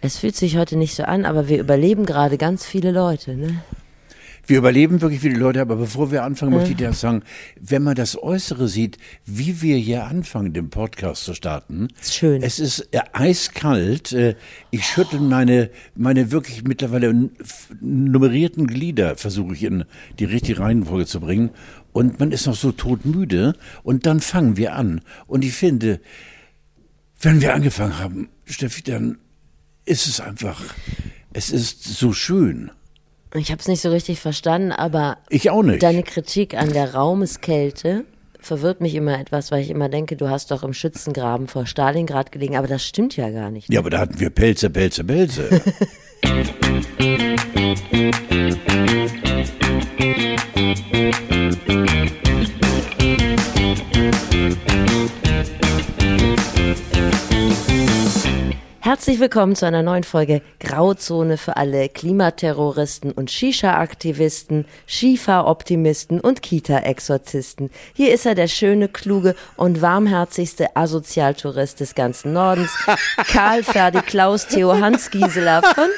Es fühlt sich heute nicht so an, aber wir überleben gerade ganz viele Leute, ne? Wir überleben wirklich viele Leute, aber bevor wir anfangen, möchte ich dir sagen, wenn man das Äußere sieht, wie wir hier anfangen, den Podcast zu starten. Ist schön. Es ist äh, eiskalt. äh, Ich schüttel meine, meine wirklich mittlerweile n- f- nummerierten Glieder, versuche ich in die richtige Reihenfolge zu bringen. Und man ist noch so todmüde. Und dann fangen wir an. Und ich finde, wenn wir angefangen haben, Steffi, dann ist es einfach, es ist so schön. Ich habe es nicht so richtig verstanden, aber Ich auch nicht. deine Kritik an der Raumeskälte verwirrt mich immer etwas, weil ich immer denke, du hast doch im Schützengraben vor Stalingrad gelegen, aber das stimmt ja gar nicht. Ja, aber da hatten wir Pelze, Pelze, Pelze. Herzlich willkommen zu einer neuen Folge Grauzone für alle Klimaterroristen und Shisha-Aktivisten, Schifa-Optimisten und Kita-Exorzisten. Hier ist er, der schöne, kluge und warmherzigste Asozialtourist des ganzen Nordens, Karl Ferdi Klaus Theo Hans Gisela von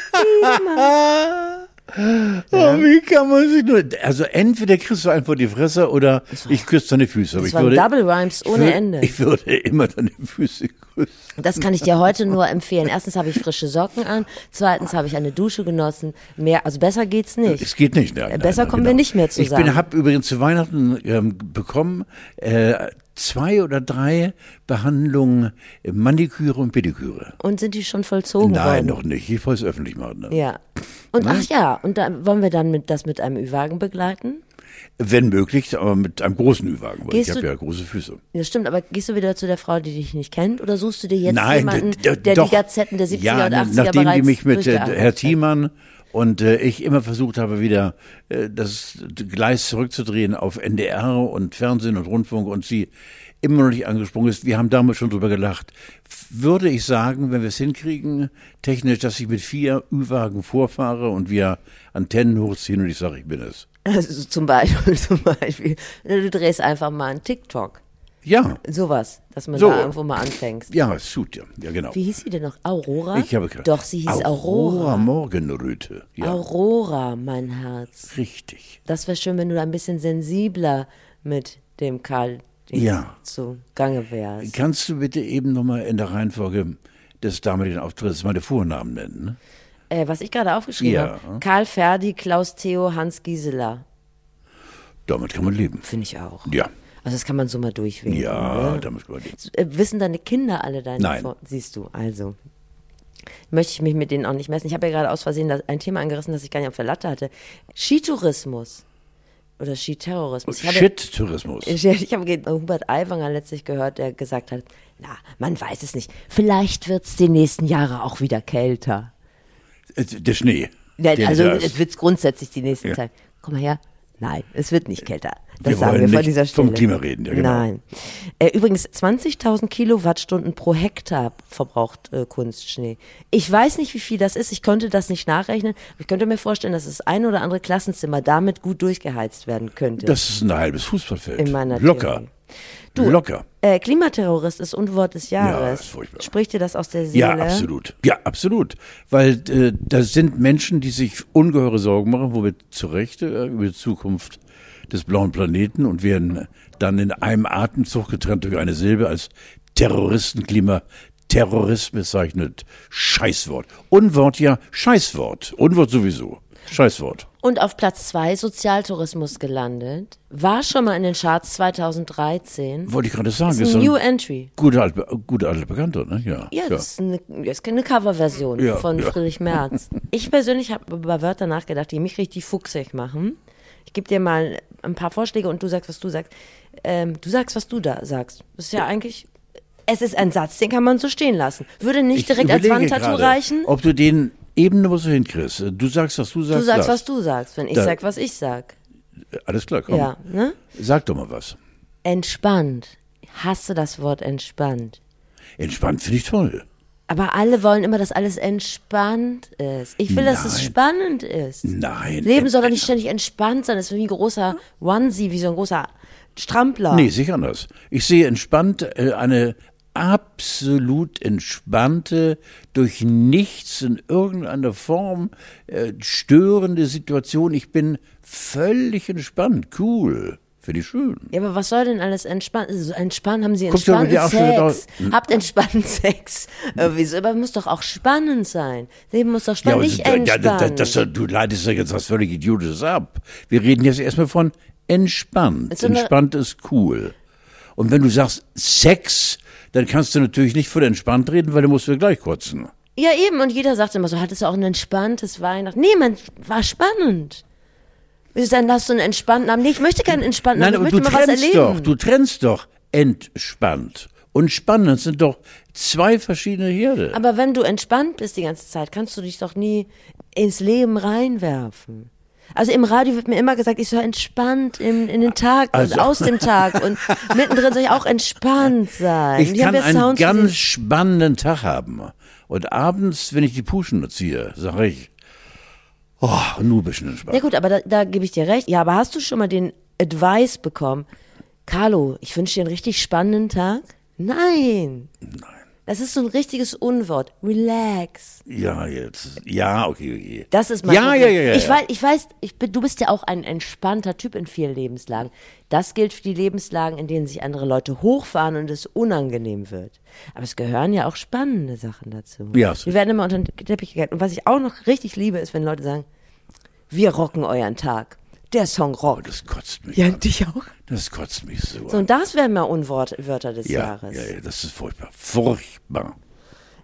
Thiemann. Oh, wie kann man sich nur. Also, entweder kriegst du einen vor die Fresse oder ich küsse deine Füße. Aber Das ich waren würde, Double Rhymes ohne wür- Ende. Ich würde immer deine Füße küssen. Das kann ich dir heute nur empfehlen. Erstens habe ich frische Socken an, zweitens habe ich eine Dusche genossen. Mehr, also besser geht's nicht. Es geht nicht. ne? Nein, nein, Äh, besser nein, genau. kommen wir nicht mehr Ich zusammen. habe übrigens zu Weihnachten ähm, bekommen äh, zwei oder drei Behandlungen äh, Maniküre und Pediküre. Und sind die schon vollzogen Nein, worden? noch nicht. Ich wollte es öffentlich machen. Ne? Oh, Ja. Und ach ja, und dann wollen wir dann mit, das mit einem Ü-Wagen begleiten? Wenn möglich, aber mit einem großen Ü-Wagen, weil Gehst ich habe du- ja große Füße. Ja, stimmt, aber gehst du wieder zu der Frau, die dich nicht kennt? Oder suchst du dir jetzt jemanden, d- d- der doch. die Gazetten der 70er ja, und na- 80er nachdem bereits die mich mit äh, durchgearbeitet Herr hat? Thiemann und äh, ich immer versucht habe, wieder äh, das Gleis zurückzudrehen auf NDR und Fernsehen und Rundfunk und sie immer noch nicht angesprungen ist. Wir haben damals schon drüber gelacht. F- Würde ich sagen, wenn wir es hinkriegen, technisch, dass ich mit vier Ü-Wagen vorfahre und wir Antennen hochziehen und ich sage, ich bin es. Also zum Beispiel, zum Beispiel. Du drehst einfach mal einen TikTok. Ja, Sowas, dass man So. da irgendwo mal anfängst. ja, es tut ja. Ja, genau. Wie hieß sie denn noch? Aurora? Ich habe gedacht, Doch, sie hieß Aurora. Aurora Morgenröte. Ja, Aurora, mein Herz. richtig. Das wäre schön, wenn du da ein bisschen sensibler mit dem Karl Ja. zu Gange wärst. Kannst du bitte eben nochmal in der Reihenfolge des damaligen Auftritts meine Vornamen nennen? ne? Äh, was ich gerade aufgeschrieben Ja. habe. Karl Ferdi, Klaus Theo, Hans Gisela. Damit kann man leben. Finde ich auch. Ja. Also das kann man so mal durchwählen. Ja, damit kann man leben. Äh, wissen deine Kinder alle deine Nein. Vor- Siehst du, also. Möchte ich mich mit denen auch nicht messen. Ich habe ja gerade aus Versehen das- ein Thema angerissen, das ich gar nicht auf der Latte hatte. Skitourismus. Oder Skiterrorismus. Ich habe- Shit-Tourismus. Ich, ich habe ge- Hubert Aiwanger letztlich gehört, der gesagt hat, na, man weiß es nicht. Vielleicht wird es die nächsten Jahre auch wieder kälter. Äh, Der Schnee. Ja, der also da ist. es wird grundsätzlich die nächsten Ja. Tage. Komm mal her. Nein, es wird nicht kälter. Das Wir sagen wollen wir von nicht dieser Stelle. vom Klima reden, ja, genau. Nein. Äh, übrigens, 20.000 Kilowattstunden pro Hektar verbraucht äh, Kunstschnee. Ich weiß nicht, wie viel das ist. Ich konnte das nicht nachrechnen. Ich könnte mir vorstellen, dass das ein oder andere Klassenzimmer damit gut durchgeheizt werden könnte. das ist ein halbes Fußballfeld. in meiner Locker. Theorie. Du, Locker. Äh, Klimaterrorist ist Unwort des Jahres. Ja, ist furchtbar. Spricht dir das aus der Seele? Ja, absolut. Ja, absolut. Weil äh, da sind Menschen, die sich ungeheure Sorgen machen, womit zu Recht äh, über die Zukunft des blauen Planeten und werden dann in einem Atemzug getrennt durch eine Silbe als Terroristenklima. Terrorist bezeichnet. Scheißwort. Unwort ja, Scheißwort. Unwort sowieso. Scheißwort. Und auf Platz zwei Sozialtourismus gelandet. War schon mal in den Charts 2013. Wollte ich gerade sagen. Ist ein ein New Entry. guter, alte, guter alter Bekannter, ne? Ja. Ja, das ist eine, das ist eine Coverversion Ja, von ja. Friedrich Merz. Ich persönlich habe über Wörter nachgedacht, die mich richtig fuchsig machen. Ich gebe dir mal ein paar Vorschläge und du sagst, was du sagst. Ähm, du sagst, was du da sagst. Das ist ja eigentlich. Es ist ein Satz, den kann man so stehen lassen. Würde nicht Ich direkt als überlege Wandtattoo gerade, reichen. Ob du den Ebene, wo du hinkriegst. Du sagst, was du sagst. Du sagst, das. was du sagst, wenn ich Da- sag, was ich sag. Alles klar, komm. Ja, ne? Sag doch mal was. Entspannt. Ich Hasse das Wort entspannt. Entspannt finde ich toll. Aber alle wollen immer, dass alles entspannt ist. Ich will, dass es Nein. spannend ist. Nein. Leben äh, soll doch äh, nicht ständig entspannt sein. Das ist wie ein großer Onesie, wie so ein großer Strampler. Nee, sich anders. Ich sehe entspannt äh, eine absolut entspannte, durch nichts in irgendeiner Form äh, störende Situation. Ich bin völlig entspannt, cool. Finde ich schön. Ja, aber was soll denn alles entspannen? Also entspannen haben sie Guck doch mal, entspannten die Ausstellung Sex. Hm. Habt entspannten Sex. Äh, wieso? Aber muss doch auch spannend sein. Leben muss doch spannend, nicht also, ja, entspannen. das, das, das, du leitest ja jetzt was völlig Idiotisches ab. Wir reden jetzt erstmal von entspannt. So eine- entspannt ist cool. Und wenn du sagst Sex, dann kannst du natürlich nicht von entspannt reden, weil du musst ja gleich kotzen. ja, eben. Und jeder sagt immer so, hattest du auch ein entspanntes Weihnachten? Nee, man war spannend. Wieso dann hast du einen entspannten Abend? Nee, ich möchte keinen entspannten Nein, Abend. aber Ich du möchte mal was trennst erleben. doch, du trennst doch entspannt und spannend. Das sind doch zwei verschiedene Herde. Aber wenn du entspannt bist die ganze Zeit, kannst du dich doch nie ins Leben reinwerfen. Also im Radio wird mir immer gesagt, ich soll entspannt in, in den Tag Also- und aus dem Tag und mittendrin soll ich auch entspannt sein. Ich Die kann haben ja einen Sounds ganz gesehen. spannenden Tag haben. Und abends, wenn ich die Puschen ziehe, sage ich, oh, nur ein bisschen entspannt. Ja gut, aber da, da gebe ich dir recht. Ja, aber hast du schon mal den Advice bekommen? Carlo, ich wünsche dir einen richtig spannenden Tag? Nein. Nein. Das ist so ein richtiges Unwort. Relax. Ja, jetzt. Ja, okay, okay. Das ist mein ja, Problem. ja, ja, ja. Ich ja. weiß, ich weiß ich bin, du bist ja auch ein entspannter Typ in vielen Lebenslagen. Das gilt für die Lebenslagen, in denen sich andere Leute hochfahren und es unangenehm wird. Aber es gehören ja auch spannende Sachen dazu. Ja, Wir sicher. werden immer unter den Teppich gekehrt. Und was ich auch noch richtig liebe, ist, wenn Leute sagen, wir rocken euren Tag. Der Song rockt. Das kotzt mich. Ja, an. dich auch. Das kotzt mich so. So, an. und das wären mal Unwörter des ja, ja, Jahres. ja, das ist furchtbar. Furchtbar.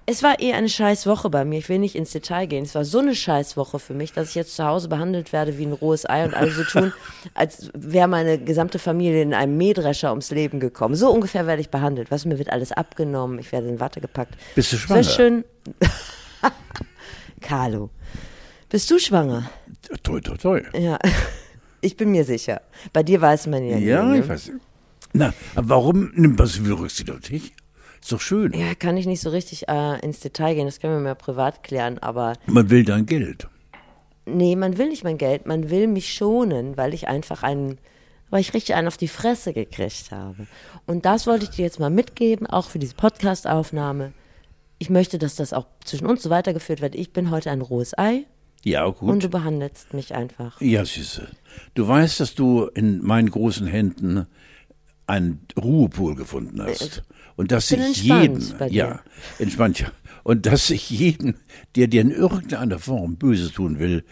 Es war eh eine scheiß Woche bei mir. Ich will nicht ins Detail gehen. Es war so eine scheiß Woche für mich, dass ich jetzt zu Hause behandelt werde wie ein rohes Ei und alle so tun, als wäre meine gesamte Familie in einem Mähdrescher ums Leben gekommen. So ungefähr werde ich behandelt. Was mir wird alles abgenommen. Ich werde in Watte gepackt. Bist du Es wäre schwanger? schön. Carlo, bist du schwanger? Toi, toi, toi. Ja. Ich bin mir sicher. Bei dir weiß man ja. nie, Ja, ne? ich weiß nicht. Na, aber warum nimmt man so viel Rücksicht auf dich? Ist doch schön. Ja, kann ich nicht so richtig äh, ins Detail gehen. Das können wir mal privat klären. Aber Man will dein Geld. nee, man will nicht mein Geld, man will mich schonen, weil ich einfach einen, weil ich richtig einen auf die Fresse gekriegt habe. Und das wollte ich dir jetzt mal mitgeben, auch für diese Podcast-Aufnahme. Ich möchte, dass das auch zwischen uns so weitergeführt wird. Ich bin heute ein rohes Ei Ja, gut. und du behandelst mich einfach. ja, Süße. Du weißt, dass du in meinen großen Händen einen Ruhepol gefunden hast. Und dass Äh, bin ich entspannt jeden, bei dir. ja, entspannt, ja. Und dass ich jeden, der dir in irgendeiner Form Böses tun will,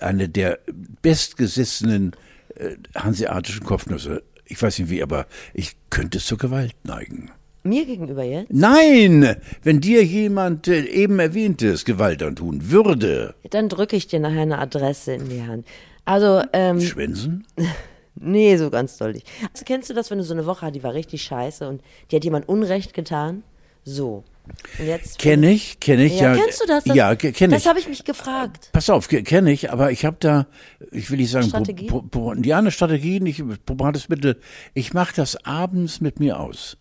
eine der bestgesessenen äh, hanseatischen Kopfnüsse, ich weiß nicht wie, aber ich könnte zur Gewalt neigen. Mir gegenüber jetzt? Nein, wenn dir jemand äh, eben erwähntes Gewalt antun würde, Dann drücke ich dir nachher eine Adresse in die Hand. Also, ähm, Schwänzen? Nee, so ganz doll nicht. Also kennst du das, wenn du so eine Woche hast, die war richtig scheiße und die hat jemand Unrecht getan? So. Und jetzt. Kenne ich, kenne ich. ja, Ja, kennst du das? das ja, ke- kenne ich. Das habe ich mich gefragt. Pass auf, ke- kenne ich, aber ich habe da, ich will nicht sagen, pro- Strategie? pro- pro- ja, eine Strategie, nicht ein probates Mittel. Ich mache das abends mit mir aus.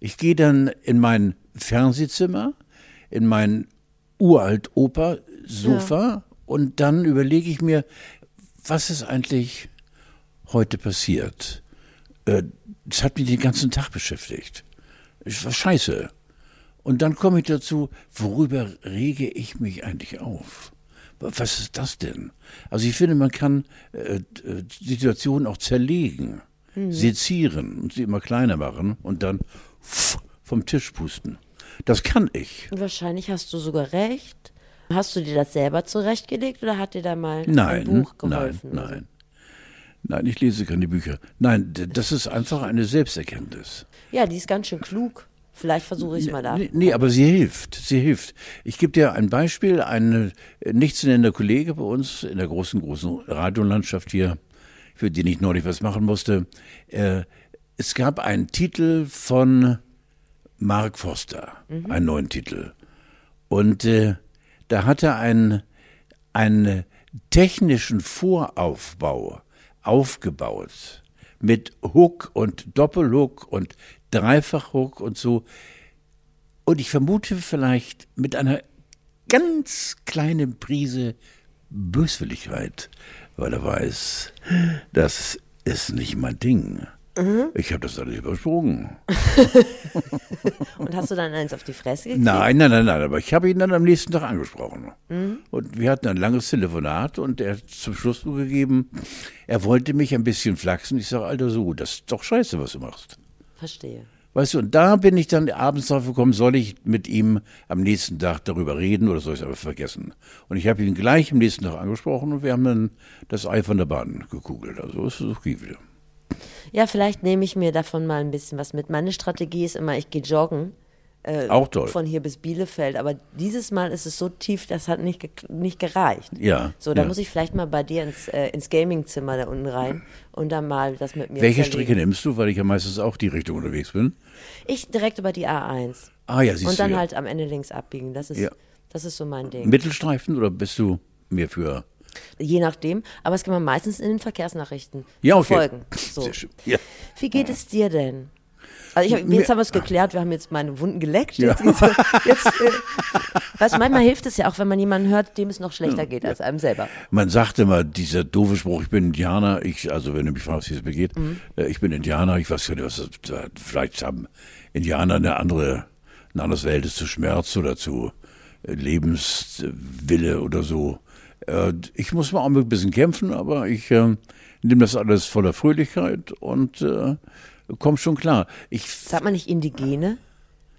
Ich gehe dann in mein Fernsehzimmer, in mein uralt Oper-Sofa und dann überlege ich mir, was ist eigentlich heute passiert? Äh, Das hat mich den ganzen Tag beschäftigt. Ich war scheiße. Und dann komme ich dazu, worüber rege ich mich eigentlich auf? Was ist das denn? Also ich finde, man kann äh, äh, Situationen auch zerlegen, Mhm. sezieren und sie immer kleiner machen und dann pff, vom Tisch pusten. Das kann ich. Und wahrscheinlich hast du sogar recht. Hast du dir das selber zurechtgelegt oder hat dir da mal ein Nein, Buch nein, geholfen? nein. Nein, ich lese keine Bücher. Nein, d- das ist einfach eine Selbsterkenntnis. Ja, die ist ganz schön klug. Vielleicht versuche ich es mal da. Nee, nee, aber sie hilft. Sie hilft. Ich gebe dir ein Beispiel. Ein äh, nichtsnennender Kollege bei uns in der großen, großen Radiolandschaft hier, für den ich neulich was machen musste. Äh, es gab einen Titel von Mark Forster, einen neuen Titel. Und äh, da hat er einen, einen technischen Voraufbau aufgebaut mit Hook und Doppelhook und Dreifachhook und so. Und ich vermute vielleicht mit einer ganz kleinen Prise Böswilligkeit, weil er weiß, das ist nicht mein Ding. Ich habe das alles übersprungen. Und hast du dann eins auf die Fresse gekriegt? Nein, nein, nein, nein, aber ich habe ihn dann am nächsten Tag angesprochen. Und wir hatten ein langes Telefonat und er hat zum Schluss zugegeben, er wollte mich ein bisschen flachsen. Ich sage, Alter, so, das ist doch scheiße, was du machst. Verstehe. Weißt du, und da bin ich dann abends drauf gekommen, soll ich mit ihm am nächsten Tag darüber reden oder soll ich es aber vergessen? Und ich habe ihn gleich am nächsten Tag angesprochen und wir haben dann das Ei von der Bahn gekugelt. Also es ist okay wieder. Ja, vielleicht nehme ich mir davon mal ein bisschen was mit. Meine Strategie ist immer, ich gehe joggen Auch toll. Äh, von hier bis Bielefeld, aber dieses Mal ist es so tief, das hat nicht, gek- nicht gereicht. Ja, So, da ja. muss ich vielleicht mal bei dir ins, äh, ins Gaming-Zimmer da unten rein und dann mal das mit mir Welche zerlegen. Strecke nimmst du? Weil ich ja meistens auch die Richtung unterwegs bin. Ich direkt über die A1 Ah ja, siehst und dann du. ja. halt am Ende links abbiegen. Das ist, Ja. das ist so mein Ding. Mittelstreifen oder bist du mir für. Je nachdem, aber es kann man meistens in den Verkehrsnachrichten Ja, okay. verfolgen. So. Sehr schön. Ja. Wie geht es dir denn? Also ich hab, jetzt Mir- haben wir es geklärt, wir haben jetzt meine Wunden geleckt. Ja. Jetzt, geht's- jetzt, äh, weißt, du, manchmal hilft es ja auch, wenn man jemanden hört, dem es noch schlechter Hm, geht als einem selber. Man sagt immer, dieser doofe Spruch, ich bin Indianer, ich, also wenn du mich fragst, wie es mir geht, äh, ich bin Indianer, ich weiß gar nicht, was das, da- vielleicht haben Indianer eine andere, ein anderes Verhältnis zu Schmerz oder zu äh, Lebenswille oder so. Äh, Ich muss mal auch ein bisschen kämpfen, aber ich äh, nehme das alles voller Fröhlichkeit und äh, komme schon klar. Ich Sagt man nicht Indigene?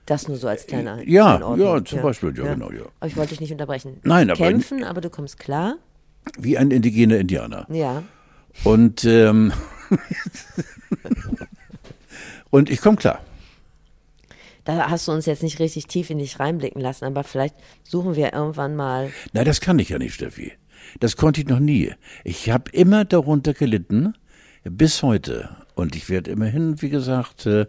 Das nur so als kleine Ein- Ja, Einordnung. ja, zum Beispiel, ja, genau, ja. Aber ich wollte dich nicht unterbrechen. Nein, aber- Kämpfen, aber du kommst klar. wie ein indigener Indianer. Ja. Und, ähm, und ich komme klar. Da hast du uns jetzt nicht richtig tief in dich reinblicken lassen, aber vielleicht suchen wir irgendwann mal. Nein, das kann ich ja nicht, Steffi. Das konnte ich noch nie. Ich habe immer darunter gelitten, bis heute. Und ich werde immerhin, wie gesagt, äh,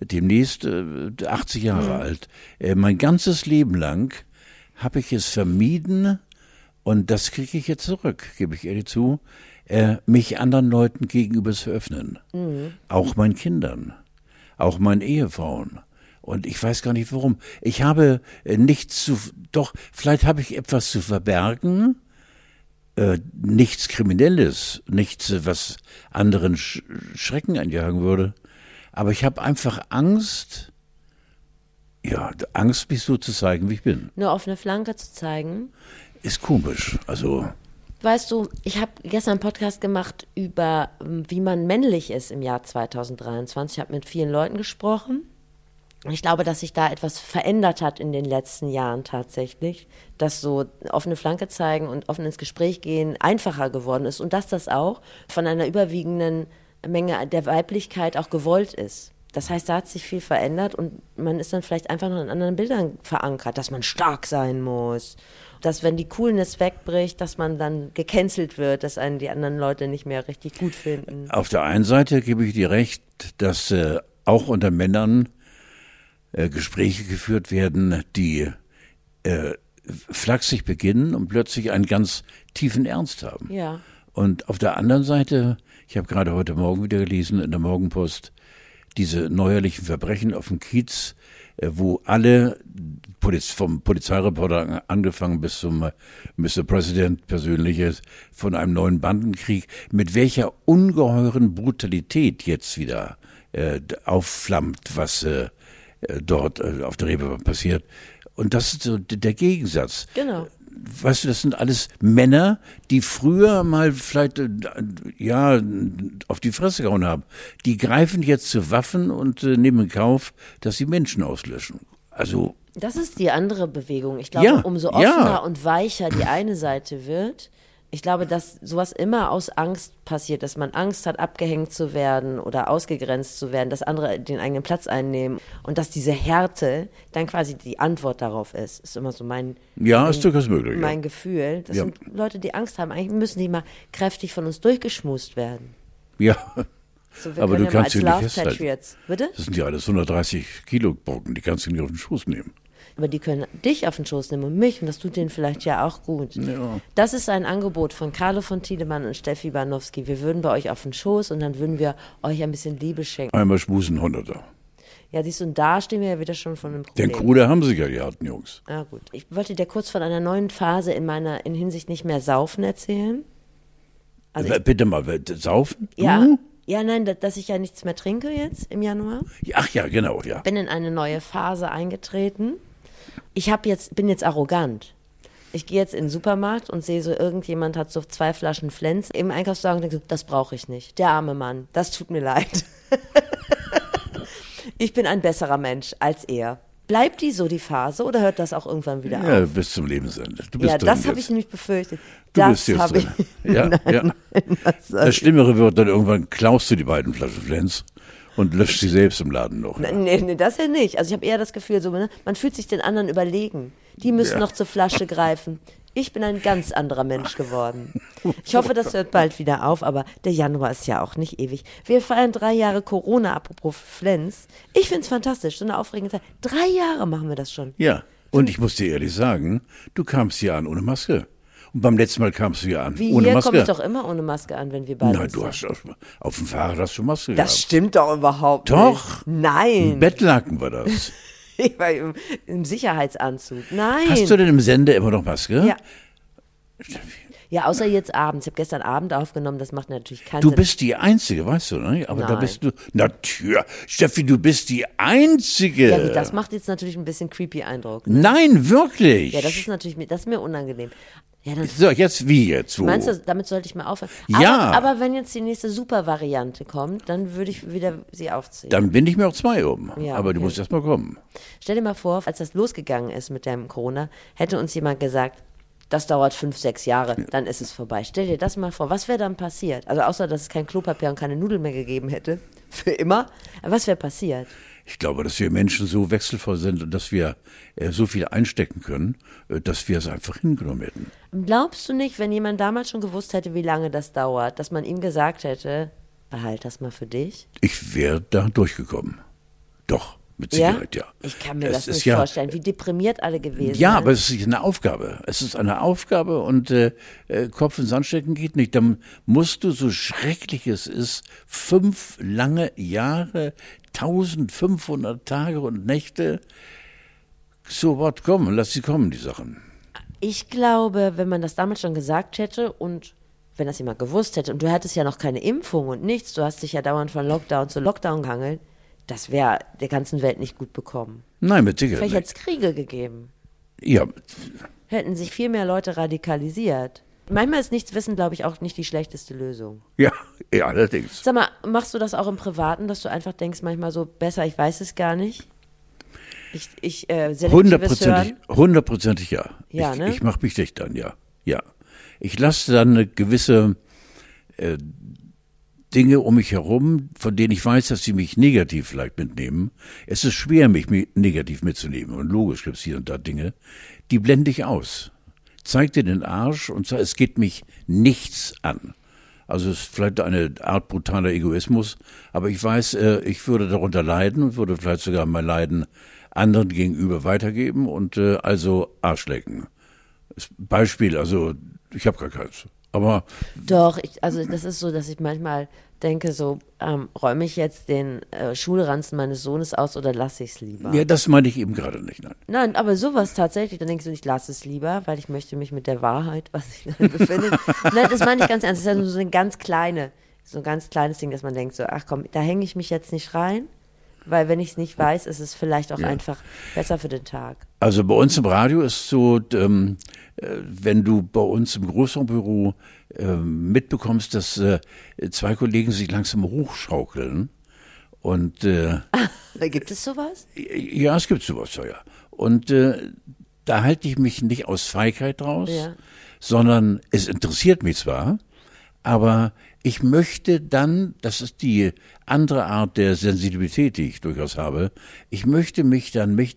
demnächst äh, 80 Jahre alt. Äh, mein ganzes Leben lang habe ich es vermieden, und das kriege ich jetzt zurück, gebe ich ehrlich zu, äh, mich anderen Leuten gegenüber zu öffnen. Auch meinen Kindern, auch meinen Ehefrauen. Und ich weiß gar nicht warum. Ich habe äh, nichts zu, doch, vielleicht habe ich etwas zu verbergen, äh, nichts Kriminelles, nichts, äh, was anderen Sch Schrecken einjagen würde. Aber ich habe einfach Angst, ja, Angst, mich so zu zeigen, wie ich bin. Eine offene Flanke zu zeigen. Ist komisch. Also, Weißt du, ich habe gestern einen Podcast gemacht über, ähm, wie man männlich ist im Jahr 2023. Ich habe mit vielen Leuten gesprochen. Und Ich glaube, dass sich da etwas verändert hat in den letzten Jahren tatsächlich, dass so offene Flanke zeigen und offen ins Gespräch gehen einfacher geworden ist und dass das auch von einer überwiegenden Menge der Weiblichkeit auch gewollt ist. Das heißt, da hat sich viel verändert und man ist dann vielleicht einfach noch in anderen Bildern verankert, dass man stark sein muss, dass wenn die Coolness wegbricht, dass man dann gecancelt wird, dass einen die anderen Leute nicht mehr richtig gut finden. Auf der einen Seite gebe ich dir recht, dass äh, auch unter Männern äh, Gespräche geführt werden, die äh, flachsig beginnen und plötzlich einen ganz tiefen Ernst haben. Ja. Und auf der anderen Seite, ich habe gerade heute Morgen wieder gelesen in der Morgenpost, diese neuerlichen Verbrechen auf dem Kiez, äh, wo alle, Poliz vom Polizeireporter an- angefangen bis zum äh, Mr. President persönliches, von einem neuen Bandenkrieg, mit welcher ungeheuren Brutalität jetzt wieder äh, d- aufflammt, was äh, äh, dort äh, auf der Reeperbahn passiert. Und das ist so d- der Gegensatz Genau. weißt du, das sind alles Männer, die früher mal vielleicht, äh, ja, auf die Fresse gehauen haben. Die greifen jetzt zu Waffen und äh, nehmen in Kauf, dass sie Menschen auslöschen. Also, Das ist die andere Bewegung. Ich glaube, Ja, umso ja. offener und weicher die eine Seite wird, ich glaube, dass sowas immer aus Angst passiert, dass man Angst hat, abgehängt zu werden oder ausgegrenzt zu werden, dass andere den eigenen Platz einnehmen und dass diese Härte dann quasi die Antwort darauf ist. Ist immer so mein, ja, ist durchaus möglich. mein Ja. Gefühl. Das Ja. sind Leute, die Angst haben. Eigentlich müssen die mal kräftig von uns durchgeschmust werden. ja. So, Aber können du ja mal kannst als sie nicht Love festhalten. Patriots. Bitte? Das sind ja alles 130 Kilo Brocken, die kannst du nicht auf den Schoß nehmen. Aber die können dich auf den Schoß nehmen und mich und das tut denen vielleicht ja auch gut. Ja. Das ist ein Angebot von Carlo von Tiedemann und Steffi Banowski. Wir würden bei euch auf den Schoß und dann würden wir euch ein bisschen Liebe schenken. Einmal schmusen Hunderter. Ja, siehst du, und da stehen wir ja wieder schon von einem Problem. Den Kruder haben sie ja gehabt, Jungs. Ah, gut. Ich wollte dir kurz von einer neuen Phase in meiner in Hinsicht nicht mehr saufen erzählen. Also Äh, Bitte mal, wer- saufen? Du? Ja, Ja, nein, da- dass ich ja nichts mehr trinke jetzt im Januar. Ach ja, genau, ja. Bin in eine neue Phase eingetreten. Ich hab jetzt, bin jetzt arrogant. Ich gehe jetzt in den Supermarkt und sehe so, irgendjemand hat so zwei Flaschen Flens im Einkaufswagen und denke so, das brauche ich nicht. Der arme Mann, das tut mir leid. ich bin ein besserer Mensch als er. Bleibt die so die Phase oder hört das auch irgendwann wieder auf? Ja, bis zum Lebensende. Du bist Ja, drin das habe jetzt. ich nämlich befürchtet. Du das bist jetzt habe ich. drin. Ja, ja. Was soll Das Schlimmere wird dann irgendwann, klaust du die beiden Flaschen Flens und löscht sie selbst im Laden noch. Ja. Nee, nee, das ja nicht. Also ich habe eher das Gefühl, so, ne, man fühlt sich den anderen überlegen. Die müssen Ja. noch zur Flasche greifen. Ich bin ein ganz anderer Mensch geworden. Ich hoffe, das hört bald wieder auf, aber der Januar ist ja auch nicht ewig. Wir feiern drei Jahre Corona, apropos Flens. Ich find's fantastisch, so eine aufregende Zeit. Drei Jahre machen wir das schon. ja. Und ich muss dir ehrlich sagen, du kamst hier an ohne Maske. Und beim letzten Mal kamst du hier an Wie ohne hier Maske. komme ich doch immer ohne Maske an, wenn wir beide Nein, uns du sehen. hast auf, auf dem Fahrrad hast du Maske Das stimmt doch überhaupt Doch. nicht. Nein. gehabt. Bettlaken war das. Ich war im, im Sicherheitsanzug. Nein. Hast du ne? denn im Sender immer noch Maske? Ja. Ja, außer jetzt abends. Ich habe gestern Abend aufgenommen, das macht natürlich keinen Du Sinn. bist die Einzige, weißt du, ne? Aber da Nein. bist du. Natürlich. Steffi, du bist die Einzige. ja, gut, das macht jetzt natürlich ein bisschen creepy Eindruck. Nein, wirklich. Ja, das ist natürlich mir, das ist mir unangenehm. Ja, dann so, jetzt wie jetzt? Wo? meinst du, damit sollte ich mal aufhören. Ja. Aber, aber wenn jetzt die nächste Supervariante kommt, dann würde ich wieder sie aufziehen. Dann bin ich mir auch zwei um. Ja, Aber du okay. musst erst mal kommen. Stell dir mal vor, als das losgegangen ist mit deinem Corona, hätte uns jemand gesagt, das dauert fünf, sechs Jahre, dann ist es vorbei. Stell dir das mal vor, was wäre dann passiert? Also außer, dass es kein Klopapier und keine Nudeln mehr gegeben hätte, für immer. Aber Was wäre passiert? Ich glaube, dass wir Menschen so wechselvoll sind und dass wir äh, so viel einstecken können, äh, dass wir es einfach hingenommen hätten. Glaubst du nicht, wenn jemand damals schon gewusst hätte, wie lange das dauert, dass man ihm gesagt hätte, behalt das mal für dich? Ich wäre da durchgekommen. Doch, mit Sicherheit, ja. Ich kann mir Es das ist nicht ja, vorstellen, wie deprimiert alle gewesen ne? Ja, sind. aber es ist eine Aufgabe. Es ist eine Aufgabe und äh, äh, Kopf in den Sand stecken geht nicht. Dann musst du, so schrecklich es ist, fünf lange Jahre, 1500 Tage und Nächte so Wort kommen. Lass sie kommen, die Sachen. Ich glaube, wenn man das damals schon gesagt hätte und wenn das jemand gewusst hätte und du hattest ja noch keine Impfung und nichts, du hast dich ja dauernd von Lockdown zu Lockdown gehangelt, das wäre der ganzen Welt nicht gut bekommen. Nein, mit Sicherheit. Vielleicht hätte Nicht. es Kriege gegeben. Ja, Hätten sich viel mehr Leute radikalisiert. Manchmal ist nichts wissen, glaube ich, auch nicht die schlechteste Lösung. ja, ja, allerdings. Sag mal, machst du das auch im Privaten, dass du einfach denkst, manchmal so, besser, ich weiß es gar nicht? Ich, ich äh, selektives Hundertprozentig, Hören. hundertprozentig ja. Ja, ich ne? ich mache mich dicht dann, ja. Ja. Ich lasse dann eine gewisse äh, Dinge um mich herum, von denen ich weiß, dass sie mich negativ vielleicht mitnehmen. Es ist schwer, mich mi- negativ mitzunehmen. Und logisch gibt's hier und da Dinge, die blende ich aus. Zeig dir den Arsch und sag, es geht mich nichts an. Also es ist vielleicht eine Art brutaler Egoismus, aber ich weiß, äh, ich würde darunter leiden und würde vielleicht sogar mein Leiden anderen gegenüber weitergeben und äh, also Arsch lecken. Das Beispiel, also ich habe gar keins. Aber Doch, ich, also das ist so, dass ich manchmal denke, so, ähm, räume ich jetzt den äh, Schulranzen meines Sohnes aus oder lasse ich es lieber? ja, das meine ich eben gerade nicht. Nein. Nein, aber sowas tatsächlich, dann denkst du, ich lasse es lieber, weil ich möchte mich mit der Wahrheit, was sich darin befindet. Nein, das meine ich ganz ernst. Das ist ja so ein ganz kleine, so ein ganz kleines Ding, dass man denkt, so, ach komm, da hänge ich mich jetzt nicht rein, weil wenn ich es nicht weiß, ist es vielleicht auch einfach besser für den Tag. Also bei uns im Radio ist so, ähm, äh, wenn du bei uns im Großraumbüro ähm, mitbekommst, dass äh, zwei Kollegen sich langsam hochschaukeln und äh, Gibt es sowas? Ja, es gibt sowas, ja. ja. Und äh, da halte ich mich nicht aus Feigheit raus, Ja. sondern es interessiert mich zwar, aber ich möchte dann, das ist die andere Art der Sensibilität, die ich durchaus habe, ich möchte mich dann mit,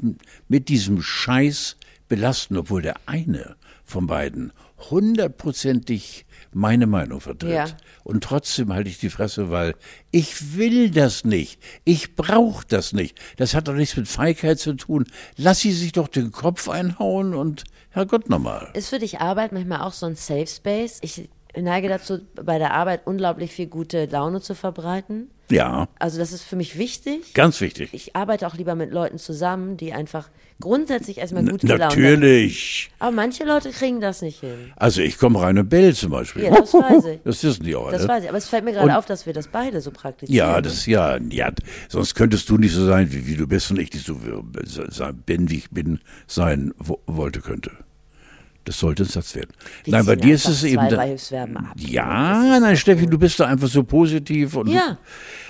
mit diesem Scheiß belasten, obwohl der eine von beiden hundertprozentig meine Meinung vertritt. Ja. Und trotzdem halte ich die Fresse, weil ich will das nicht. Ich brauche das nicht. Das hat doch nichts mit Feigheit zu tun. Lass sie sich doch den Kopf einhauen und Herrgott nochmal. Ist für dich Arbeit manchmal auch so ein Safe Space? Ich neige dazu, bei der Arbeit unglaublich viel gute Laune zu verbreiten. Ja, Also das ist für mich wichtig. ganz wichtig. Ich arbeite auch lieber mit Leuten zusammen, die einfach grundsätzlich erstmal gut gelaunt sind. Natürlich. Aber manche Leute kriegen das nicht hin. Also ich komme rein und bell zum Beispiel. ne? Ja, das weiß ich. Das wissen die auch Das alle. weiß ich. Aber es fällt mir gerade auf, dass wir das beide so praktizieren. ne? Ja, das ja, ja. Sonst könntest du nicht so sein, wie, wie du bist und ich nicht so wir- se- bin, wie ich bin, sein wo, wollte könnte. Das sollte ein Satz werden. Wir nein, bei ziehen dir ist einfach es eben. Zwei, da- drei Hilfsverben ab. Das ja, ist- nein, Steffi, du bist da einfach so positiv und Ja.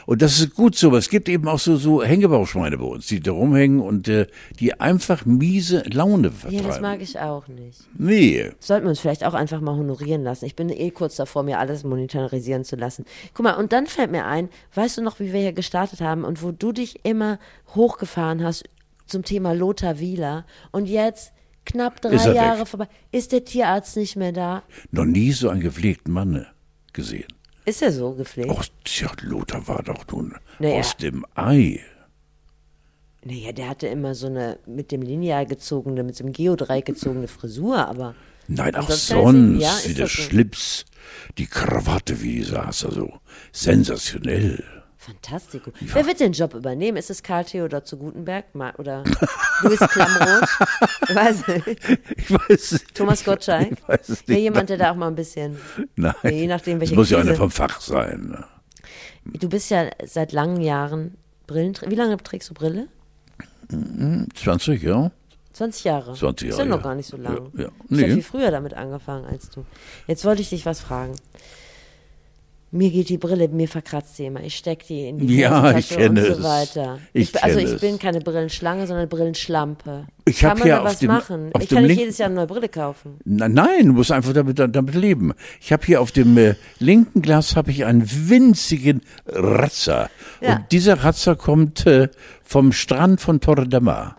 und das ist gut so. Aber es gibt eben auch so so Hängebauschweine bei uns, die da rumhängen und äh, die einfach miese Laune Ja, vertreiben. das mag ich auch nicht. nee, Sollten wir uns vielleicht auch einfach mal honorieren lassen. Ich bin eh kurz davor, mir alles monetarisieren zu lassen. Guck mal, und dann fällt mir ein, weißt du noch, wie wir hier gestartet haben und wo du dich immer hochgefahren hast zum Thema Lothar Wieler und jetzt knapp Ist drei er weg. Jahre vorbei. Ist der Tierarzt nicht mehr da? noch nie so einen gepflegten Mann ne, gesehen. Ist er so gepflegt? Och, tja, Lothar war doch nun Naja. aus dem Ei. Naja, der hatte immer so eine mit dem Lineal gezogene, mit so einem Geodreieck gezogene Frisur, aber Nein, auch Ansonsten kann ich sonst, nicht- ja, wie ist der das so? Schlips, die Krawatte, wie die saß, also sensationell. Fantastico. Wer wird den Job übernehmen? Ist es Karl Theodor zu Gutenberg Ma- oder Louis Klamroth? Ich weiß nicht. Ich weiß es Thomas Gottschalk? Ich weiß es Ja, nicht. jemand, der da auch mal ein bisschen. Nein, Ja, je nachdem, welche das muss ja Krise. einer vom Fach sein. ne? Du bist ja seit langen Jahren Brillen. Wie lange trägst du Brille? 20, ja? 20 Jahre. 20 Ist Jahre, ja noch ja. gar nicht so lang. Ja, ja. Ich habe Nee. viel früher damit angefangen als du. Jetzt wollte ich dich was fragen. Mir geht die Brille, mir verkratzt sie immer. Ich stecke die in die Ja, Hosentasche ich kenne und so es. weiter. Ich bin- also kenne ich es. bin keine Brillenschlange, sondern Brillenschlampe. Ich Kann hab man ja da auf was dem- machen? auf ich dem kann nicht linken- jedes Jahr eine neue Brille kaufen. Na, nein, du musst einfach damit, damit leben. Ich habe hier auf dem äh, linken Glas habe ich einen winzigen Ratzer. Ja. Und dieser Ratzer kommt äh, vom Strand von Tordama.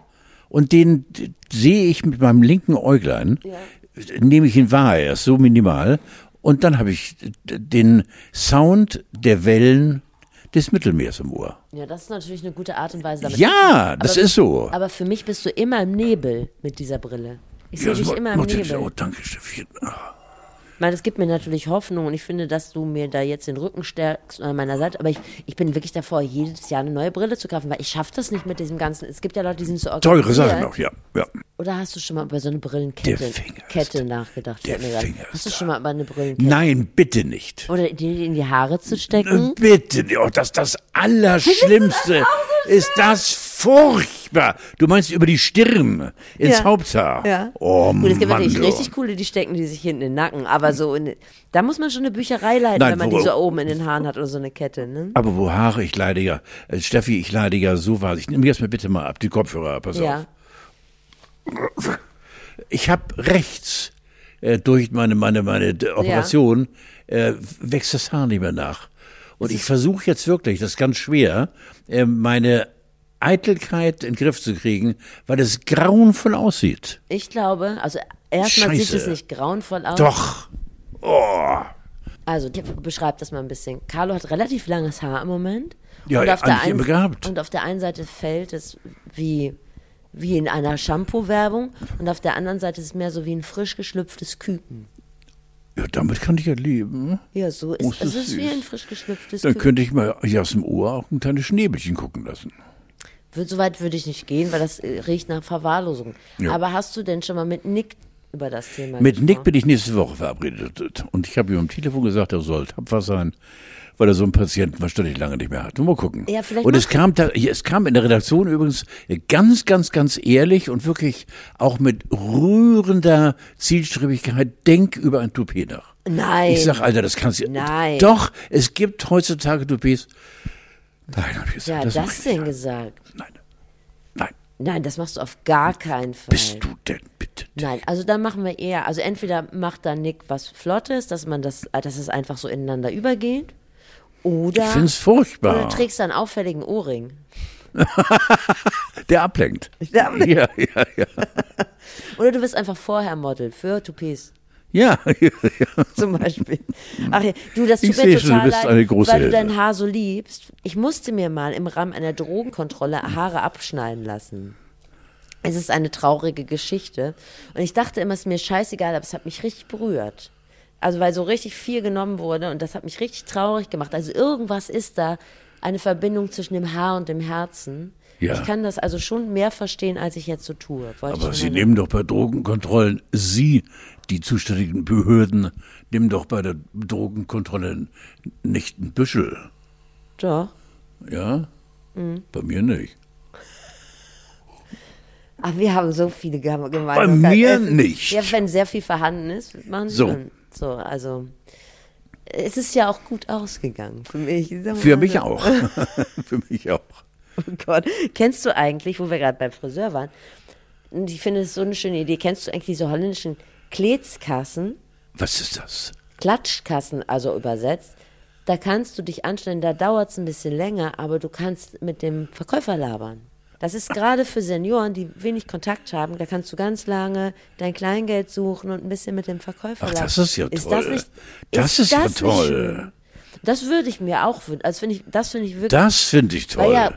Und den d- sehe ich mit meinem linken Äuglein, nehme ich ihn wahr, er ist so minimal. Und dann habe ich d- den Sound der Wellen des Mittelmeers im Ohr. Ja, das ist natürlich eine gute Art und Weise damit. Ja, das ist so. Aber für mich bist du immer im Nebel mit dieser Brille. Ich sehe Ja, das dich macht- immer im macht- Nebel. oh, danke, Steffi. Ah, Ich meine, das gibt mir natürlich Hoffnung und ich finde, dass du mir da jetzt den Rücken stärkst an meiner Seite. Aber ich, ich bin wirklich davor, jedes Jahr eine neue Brille zu kaufen, weil ich schaffe das nicht mit diesem ganzen. Es gibt ja Leute, die sind so Teure Sachen organisiert. auch, ja. ja. Oder hast du schon mal über so eine Brillenkette Der Finger ist Kette da. nachgedacht? Der fällt mir gerade. Finger ist hast du da. schon mal über eine Brillenkette? Nein, bitte nicht. Oder die in die Haare zu stecken? Äh, Bitte, oh, das das Allerschlimmste ist das furchtbar. Du meinst über die Stirn ins Ja. Haupthaar. Ja. Oh Gut, es gibt Mann, natürlich du. richtig coole, die stecken die sich hinten in den Nacken, aber so in, da muss man schon eine Bücherei leiten, Nein, wenn man die wo- so oben in den Haaren hat oder so eine Kette, ne? Aber wo Haare, ich leide ja. Äh, Steffi, ich leide ja so was. Ich nehme jetzt mal bitte mal ab, die Kopfhörer, pass auf. Ja. Ich habe rechts äh, durch meine, meine, meine D- Operation äh, wächst das Haar nicht mehr nach. Und ich versuche jetzt wirklich, das ist ganz schwer, äh, meine Eitelkeit in den Griff zu kriegen, weil es grauenvoll aussieht. Ich glaube, also erstmal sieht Scheiße. es nicht grauenvoll aus. Doch. Oh. Also, die- beschreib das mal ein bisschen. Carlo hat relativ langes Haar im Moment. Ja, und auf der eigentlich einen, immer gehabt. Und auf der einen Seite fällt es wie, wie in einer Shampoo-Werbung und auf der anderen Seite ist es mehr so wie ein frisch geschlüpftes Küken. Ja, damit kann ich ja leben. Ja, so ist Oh, es. ist das Es ist wie süß. ein frisch geschlüpftes Dann Küken. könnte ich mal hier aus dem Ohr auch ein kleines Schnäbelchen gucken lassen. Wird, so weit würde ich nicht gehen, weil das äh, riecht nach Verwahrlosung. Ja. Aber hast du denn schon mal mit Nick über das Thema Mit Nick gesprochen? bin ich nächste Woche verabredet. Und ich habe ihm am Telefon gesagt, er soll tapfer sein, weil er so einen Patienten wahrscheinlich lange nicht mehr hat. Mal gucken. Ja, vielleicht und es macht- kam, da, es kam in der Redaktion übrigens ganz, ganz, ganz ehrlich und wirklich auch mit rührender Zielstrebigkeit, denk über ein Toupet nach. Nein. Ich sag, Alter, das kannst du. Nein. Doch, es gibt heutzutage Toupets. Nein, hab ich gesagt. ja, das das, mach ich denn nicht. gesagt. Nein. Nein. Nein, das machst du auf gar keinen Fall. Bist du denn bitte? Nein, also da machen wir eher, also entweder macht da Nick was Flottes, dass man das, äh, dass es einfach so ineinander übergeht, oder Ich find's oder du furchtbar. trägst einen auffälligen Ohrring. Der ablenkt. Der ablenkt. Ja, ja, ja. Oder du bist einfach vorher Model für Toupees Ja, ja, ja. zum Beispiel. Ach ja, du, das tut Mhm. Ich mir sehe schon, du total bist leid, eine große weil du Hilfe. dein Haar so liebst. Ich musste mir mal im Rahmen einer Drogenkontrolle Haare abschneiden lassen. Es ist eine traurige Geschichte. Und ich dachte immer, es ist mir scheißegal, aber es hat mich richtig berührt. Also, weil so richtig viel genommen wurde und das hat mich richtig traurig gemacht. Also, irgendwas ist da eine Verbindung zwischen dem Haar und dem Herzen. Ja. Ich kann das also schon mehr verstehen, als ich jetzt so tue. Wollte ich Aber nur Sie mal- nehmen doch bei Drogenkontrollen, Sie, die zuständigen Behörden, nehmen doch bei der Drogenkontrolle nicht einen Büschel. Doch. Ja? Mhm. Bei mir nicht. Ach, wir haben so viele Gem- Bei Gemeinsamkeiten. mir Es ist- nicht. Ja, wenn sehr viel vorhanden ist, machen sie So. schon. So, also. Es ist ja auch gut ausgegangen für mich. Sagen wir Für mal mich so. also, auch. Für mich auch. Oh Gott. Kennst du eigentlich, wo wir gerade beim Friseur waren, und ich finde es so eine schöne Idee, kennst du eigentlich diese holländischen Kletzkassen? Was ist das? Klatschkassen, also übersetzt, da kannst du dich anstellen, da dauert es ein bisschen länger, aber du kannst mit dem Verkäufer labern. Das ist gerade für Senioren, die wenig Kontakt haben, da kannst du ganz lange dein Kleingeld suchen und ein bisschen mit dem Verkäufer Ach, labern. das ist ja Ist toll. das, nicht, Das ist ja nicht toll. schön? Das würde ich mir auch wünschen. Also find ich, das finde ich wirklich. Das finde ich toll. Na ja.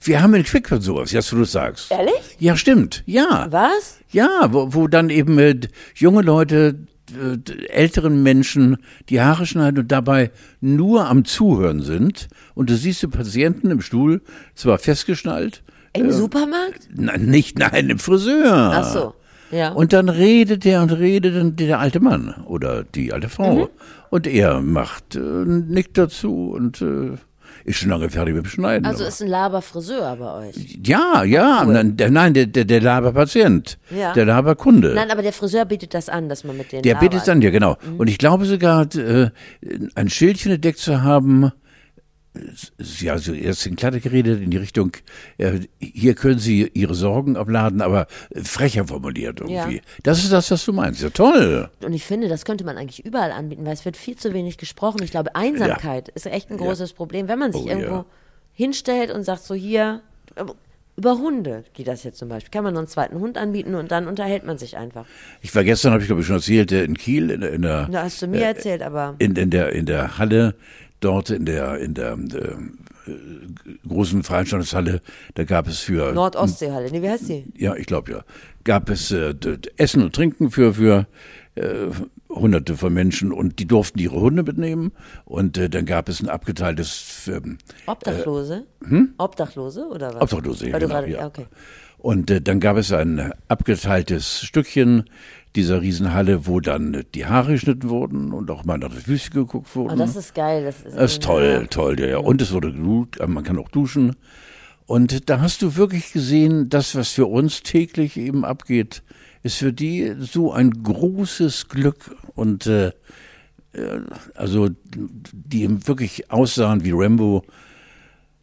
Wir haben in Quickfit sowas, jetzt wo du es sagst. Ehrlich? Ja, stimmt. Ja. was? Ja, wo, wo dann eben äh, d- junge Leute äh, d- älteren Menschen die Haare schneiden und dabei nur am Zuhören sind. Und du siehst den Patienten im Stuhl zwar festgeschnallt, Im Supermarkt? na, nicht, nein, im Friseur. Ach so. Ja. Und dann redet der und redet und der alte Mann oder die alte Frau. Mhm. Und er macht äh, nickt dazu und äh, ist schon lange fertig mit dem Schneiden. also ist ein Laberfriseur bei euch. Ja, ja, nein, der, nein, der, der, der Laberpatient, Ja. der Laberkunde. Nein, aber der Friseur bietet das an, dass man mit denen der labert. bittet dann, ja genau. Mhm. Und ich glaube sogar, äh, ein Schildchen entdeckt zu haben, äh, ja, also erst in Klatte geredet in die Richtung, äh, hier können Sie Ihre Sorgen abladen, aber frecher formuliert irgendwie. Ja. Das ist das, was du meinst. Ja, toll. Und ich finde, das könnte man eigentlich überall anbieten, weil es wird viel zu wenig gesprochen. Ich glaube, Einsamkeit ist echt ein großes Problem, wenn man sich Oh, irgendwo ja. hinstellt und sagt so hier über Hunde geht das jetzt zum Beispiel. Kann man noch einen zweiten Hund anbieten und dann unterhält man sich einfach. Ich war gestern, habe ich glaube ich schon erzählt, äh, in Kiel, in, der- in der... Da hast du äh. mir erzählt, aber in, in der in der Halle dort in der in der ähm, äh, großen Veranstaltungshalle, da gab es für Nordostseehalle. Nee, wie heißt die? ja, ich glaube ja, gab es äh, d- d- Essen und Trinken für für äh, Hunderte von Menschen und die durften ihre Hunde mitnehmen und äh, dann gab es ein abgeteiltes ähm, Obdachlose? Hm? Obdachlose oder was? Obdachlose, Weil du genau, gerade- ja. okay. Und äh, dann gab es ein abgeteiltes Stückchen dieser Riesenhalle, wo dann äh, die Haare geschnitten wurden und auch mal nach der Füße geguckt wurden. Und Oh, das ist geil. Das ist, Mhm. Das ist toll, toll, ja, ja. Und es wurde geduscht, äh, man kann auch duschen. Und da hast du wirklich gesehen, das, was für uns täglich eben abgeht, ist für die so ein großes Glück. Und äh, äh, also die eben wirklich aussahen wie Rambo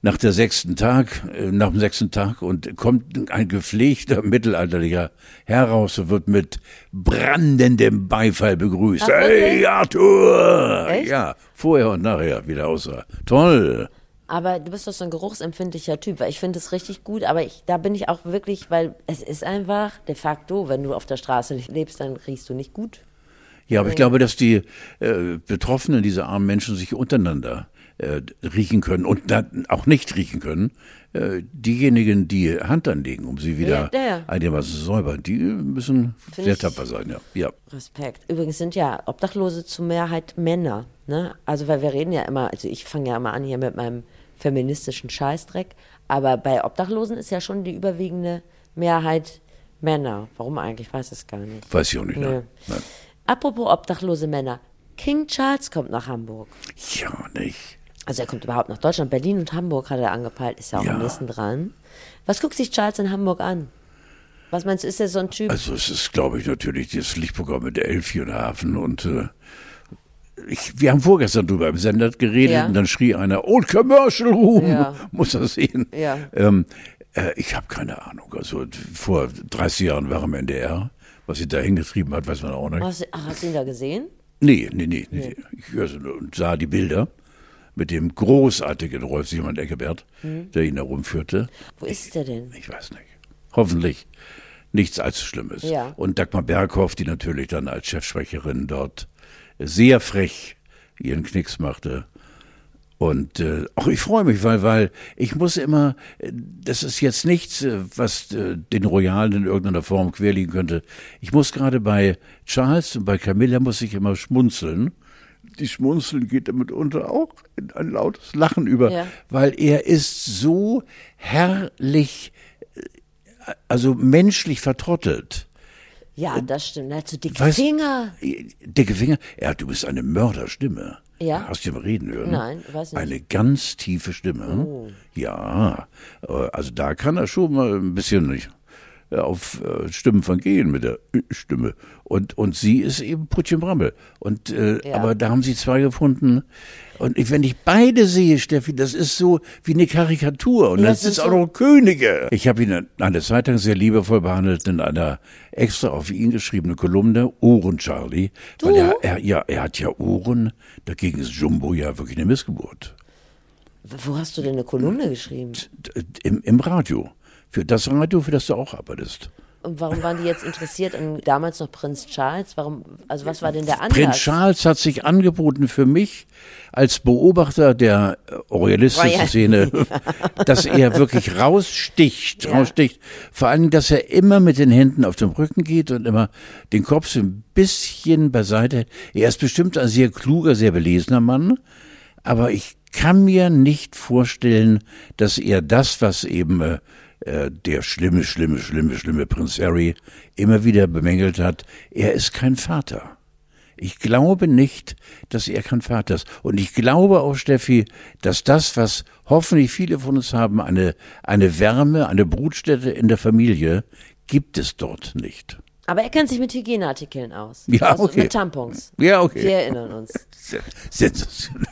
nach der sechsten Tag, äh, nach dem sechsten Tag und kommt ein gepflegter mittelalterlicher Herr raus und wird mit brandendem Beifall begrüßt. Ach, hey wirklich? Arthur! Echt? Ja, vorher und nachher wieder aussah. Toll! Aber du bist doch so ein geruchsempfindlicher Typ, weil ich finde es richtig gut, aber ich, da bin ich auch wirklich, weil es ist einfach de facto, wenn du auf der Straße nicht lebst, dann riechst du nicht gut. Ja, Oh. aber ich glaube, dass die äh, Betroffenen, diese armen Menschen, sich untereinander äh, riechen können und dann auch nicht riechen können. Äh, diejenigen, die Hand anlegen, um sie wieder Ja, ja, ja. einigermaßen zu säubern, die müssen sehr ich- tapfer sein, ja. ja. Respekt. Übrigens sind ja Obdachlose zur Mehrheit Männer, ne? Also, weil wir reden ja immer, also ich fange ja immer an hier mit meinem feministischen Scheißdreck, aber bei Obdachlosen ist ja schon die überwiegende Mehrheit Männer. Warum eigentlich? Ich weiß es gar nicht. Weiß ich auch nicht, ne? Nee. Nein. Apropos obdachlose Männer. King Charles kommt nach Hamburg. Ja, nicht. Also er kommt überhaupt nach Deutschland. Berlin und Hamburg hat er angepeilt, ist ja auch Ja. am nächsten dran. Was guckt sich Charles in Hamburg an? Was meinst du, ist er so ein Typ? Also es ist, glaube ich, natürlich dieses Lichtprogramm mit der Elfi und Hafen und äh, ich, wir haben vorgestern drüber im Sender geredet Ja. und dann schrie einer, Old Commercial Room, Ja. muss er sehen. Ja. Ähm, äh, ich habe keine Ahnung. Also vor 30 Jahren war er im NDR. Was sie da hingetrieben hat, weiß man auch nicht. hast, ach, hast du ihn da gesehen? Nee, nee, nee. nee. Ich hörte nur und sah die Bilder mit dem großartigen Rolf Simon Eckebert, Mhm. der ihn herumführte. Wo ist er denn? Ich weiß nicht. Hoffentlich nichts allzu Schlimmes. Ja. Und Dagmar Berghoff, die natürlich dann als Chefsprecherin dort sehr frech ihren Knicks machte. Und äh, auch ich freue mich, weil, weil ich muss immer, äh, das ist jetzt nichts, äh, was äh, den Royalen in irgendeiner Form querliegen könnte. Ich muss gerade bei Charles und bei Camilla muss ich immer schmunzeln, die Schmunzeln geht damit unter auch in ein lautes Lachen über, Ja. weil er ist so herrlich, äh, also menschlich vertrottelt. Ja, das stimmt. Er hat so dicke Weißt- Finger. Dicke Finger, ja, du bist eine Mörderstimme. Ja? Hast du mal reden hören? ne? Nein, weiß nicht. Oh. Eine ganz tiefe Stimme. Ja, äh, also da kann er schon mal ein bisschen nicht äh, auf äh, Stimmen vergehen mit der Ü- Stimme. Und, und sie ist eben Putchen Brammel. Und, äh, Ja. Aber da haben sie zwei gefunden. Und ich, wenn ich beide sehe, Steffi, das ist so wie eine Karikatur. Und Ja, dann es ist sitzt auch so- noch Könige. Ich habe ihn eine Zeit lang sehr liebevoll behandelt in einer extra auf ihn geschriebenen Kolumne, Ohren Charlie. Weil er, er, ja, er hat ja Ohren, dagegen ist Jumbo ja wirklich eine Missgeburt. Wo hast du denn eine Kolumne geschrieben? D- Im, Im Radio. Für das Radio, für das du auch arbeitest. Und warum waren die jetzt interessiert an damals noch Prinz Charles? Warum, also was war denn der Anlass? Prinz Charles hat sich angeboten für mich als Beobachter der äh, royalistischen Royal. Szene, dass er wirklich raussticht, Ja. raussticht. Vor allem, dass er immer mit den Händen auf dem Rücken geht und immer den Kopf so ein bisschen beiseite. Er ist bestimmt ein sehr kluger, sehr belesener Mann, aber ich kann mir nicht vorstellen, dass er das, was eben äh, äh, der schlimme, schlimme, schlimme, schlimme Prinz Harry immer wieder bemängelt hat, er ist kein Vater. Ich glaube nicht, dass er kein Vater ist. Und ich glaube auch, Steffi, dass das, was hoffentlich viele von uns haben, eine, eine Wärme, eine Brutstätte in der Familie, gibt es dort nicht. Aber er kennt sich mit Hygieneartikeln aus. Ja, also okay. Mit Tampons. Ja, okay. Wir erinnern uns. Sensationell.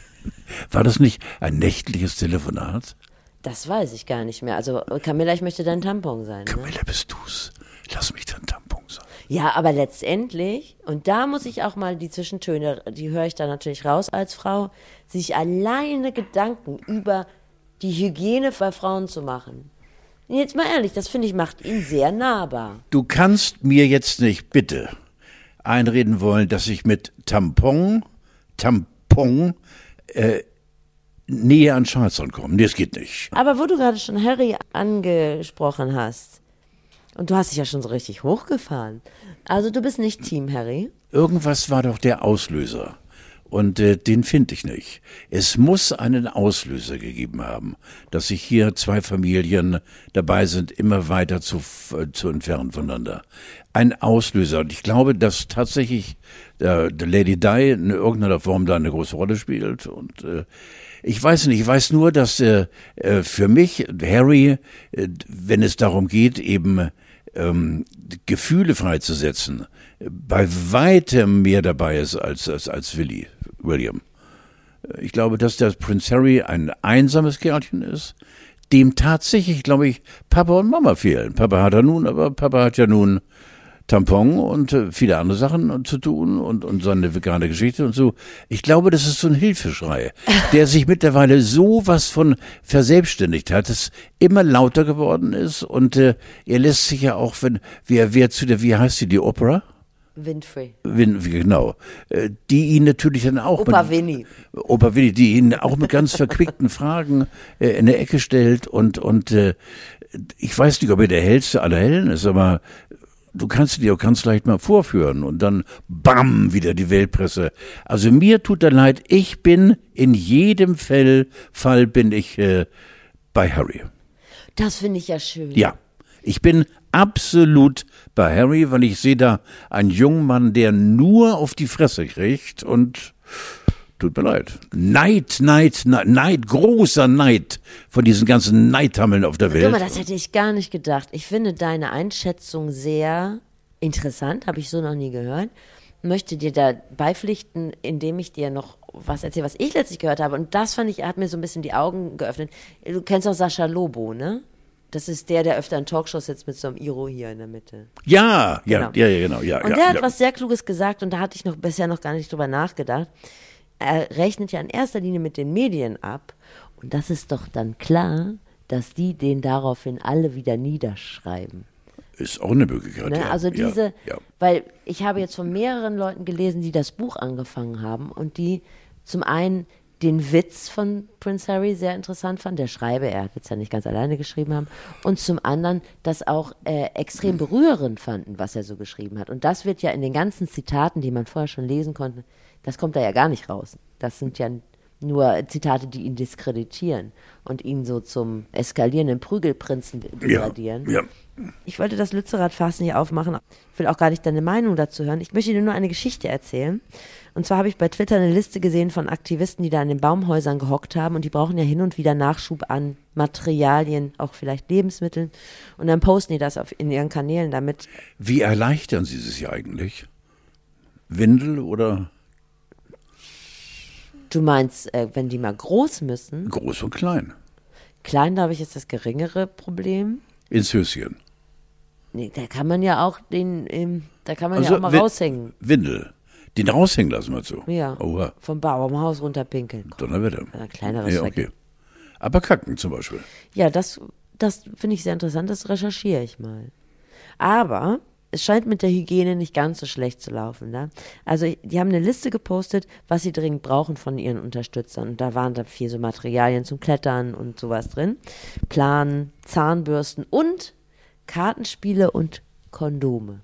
War das nicht ein nächtliches Telefonat? Das weiß ich gar nicht mehr. Also Camilla, ich möchte dein Tampon sein. Ne? Camilla, bist du's? Lass mich dein Tampon sein. Ja, aber letztendlich, und da muss ich auch mal die Zwischentöne, die höre ich da natürlich raus als Frau, sich alleine Gedanken über die Hygiene bei Frauen zu machen. Jetzt mal ehrlich, das finde ich macht ihn sehr nahbar. Du kannst mir jetzt nicht bitte einreden wollen, dass ich mit Tampon, Tampon, äh, näher an Charles rankomme. Nee, das geht nicht. Aber wo du gerade schon Harry angesprochen hast, und du hast dich ja schon so richtig hochgefahren. Also du bist nicht Team Harry. Irgendwas war doch der Auslöser. Und äh, den finde ich nicht. Es muss einen Auslöser gegeben haben, dass sich hier zwei Familien dabei sind, immer weiter zu, f- äh, zu entfernen voneinander. Ein Auslöser. Und ich glaube, dass tatsächlich äh, die Lady Di in irgendeiner Form da eine große Rolle spielt. Und äh, ich weiß nicht, ich weiß nur, dass äh, äh, für mich Harry, äh, wenn es darum geht, eben äh, ähm, Gefühle freizusetzen, äh, bei weitem mehr dabei ist als, als, als Willi, William. Äh, Ich glaube, dass der Prince Harry ein einsames Kerlchen ist, dem tatsächlich, glaube ich, Papa und Mama fehlen. Papa hat er nun, aber Papa hat ja nun Tampon und äh, viele andere Sachen und zu tun und, und seine vegane Geschichte und so. Ich glaube, das ist so ein Hilfeschrei, der sich mittlerweile so was von verselbstständigt hat, dass immer lauter geworden ist und äh, er lässt sich ja auch, wenn, wer, wer zu der, wie heißt sie, die Opera? Winfrey. Win, genau. Äh, Die ihn natürlich dann auch. Opa mit- Winnie. Opa Willi, die ihn auch mit ganz verquickten Fragen äh, in der Ecke stellt und, und äh, ich weiß nicht, ob er der hellste aller Hellen ist, aber du kannst dir auch ganz leicht mal vorführen und dann bam, wieder die Weltpresse. Also mir tut er leid, ich bin in jedem Fall, Fall bin ich äh, bei Harry. Das finde ich ja schön. Ja, ich bin absolut bei Harry, weil ich sehe da einen jungen Mann, der nur auf die Fresse kriegt und tut mir leid. Neid, Neid, Neid, Neid großer Neid von diesen ganzen Neidhammeln auf der Guck mal, Welt. das hätte ich gar nicht gedacht. Ich finde deine Einschätzung sehr interessant, habe ich so noch nie gehört. Möchte dir da beipflichten, indem ich dir noch was erzähle, was ich letztlich gehört habe. Und das fand ich, hat mir so ein bisschen die Augen geöffnet. Du kennst auch Sascha Lobo, ne? Das ist der, der öfter in Talkshows sitzt mit so einem Iro hier in der Mitte. Ja, ja, Genau. ja, ja, genau, ja, Und ja, der hat ja. was sehr Kluges gesagt und da hatte ich noch bisher noch gar nicht drüber nachgedacht. Er rechnet ja in erster Linie mit den Medien ab und das ist doch dann klar, dass die den daraufhin alle wieder niederschreiben. ist auch eine Möglichkeit. Ne? ja, also ja, diese, ja. weil ich habe jetzt von mehreren Leuten gelesen, die das Buch angefangen haben und die zum einen den Witz von Prince Harry sehr interessant fand, der Schreibe, er hat es ja nicht ganz alleine geschrieben haben, und zum anderen das auch äh, Hm. extrem berührend fanden, was er so geschrieben hat. Und das wird ja in den ganzen Zitaten, die man vorher schon lesen konnte, das kommt da ja gar nicht raus. Das sind ja nur Zitate, die ihn diskreditieren und ihn so zum eskalierenden Prügelprinzen Ja, degradieren. ja. Ich wollte das Lützerath-Fass nicht aufmachen. Ich will auch gar nicht deine Meinung dazu hören. Ich möchte dir nur eine Geschichte erzählen. Und zwar habe ich bei Twitter eine Liste gesehen von Aktivisten, die da in den Baumhäusern gehockt haben und die brauchen ja hin und wieder Nachschub an Materialien, auch vielleicht Lebensmitteln. Und dann posten die das auf, in ihren Kanälen, damit Wie erleichtern Sie es ja eigentlich? Windel oder du meinst, äh, wenn die mal groß müssen. groß und klein? Klein, glaube ich, ist das geringere Problem. Ins Höschen. Nee, da kann man ja auch den, ähm, da kann man ja auch mal Also Win- raushängen. Windel. Den raushängen lassen wir so. Ja. Oha, Vom Baumhaus runterpinkeln. Komm. Donnerwetter. Ja, kleineres ja, okay. Aber kacken zum Beispiel. Ja, das, das finde ich sehr interessant, das recherchiere ich mal. Aber es scheint mit der Hygiene nicht ganz so schlecht zu laufen. Ne? Also ich- die haben eine Liste gepostet, was sie dringend brauchen von ihren Unterstützern. Und da waren da viel so Materialien zum Klettern und sowas drin. Planen, Zahnbürsten und Kartenspiele und Kondome.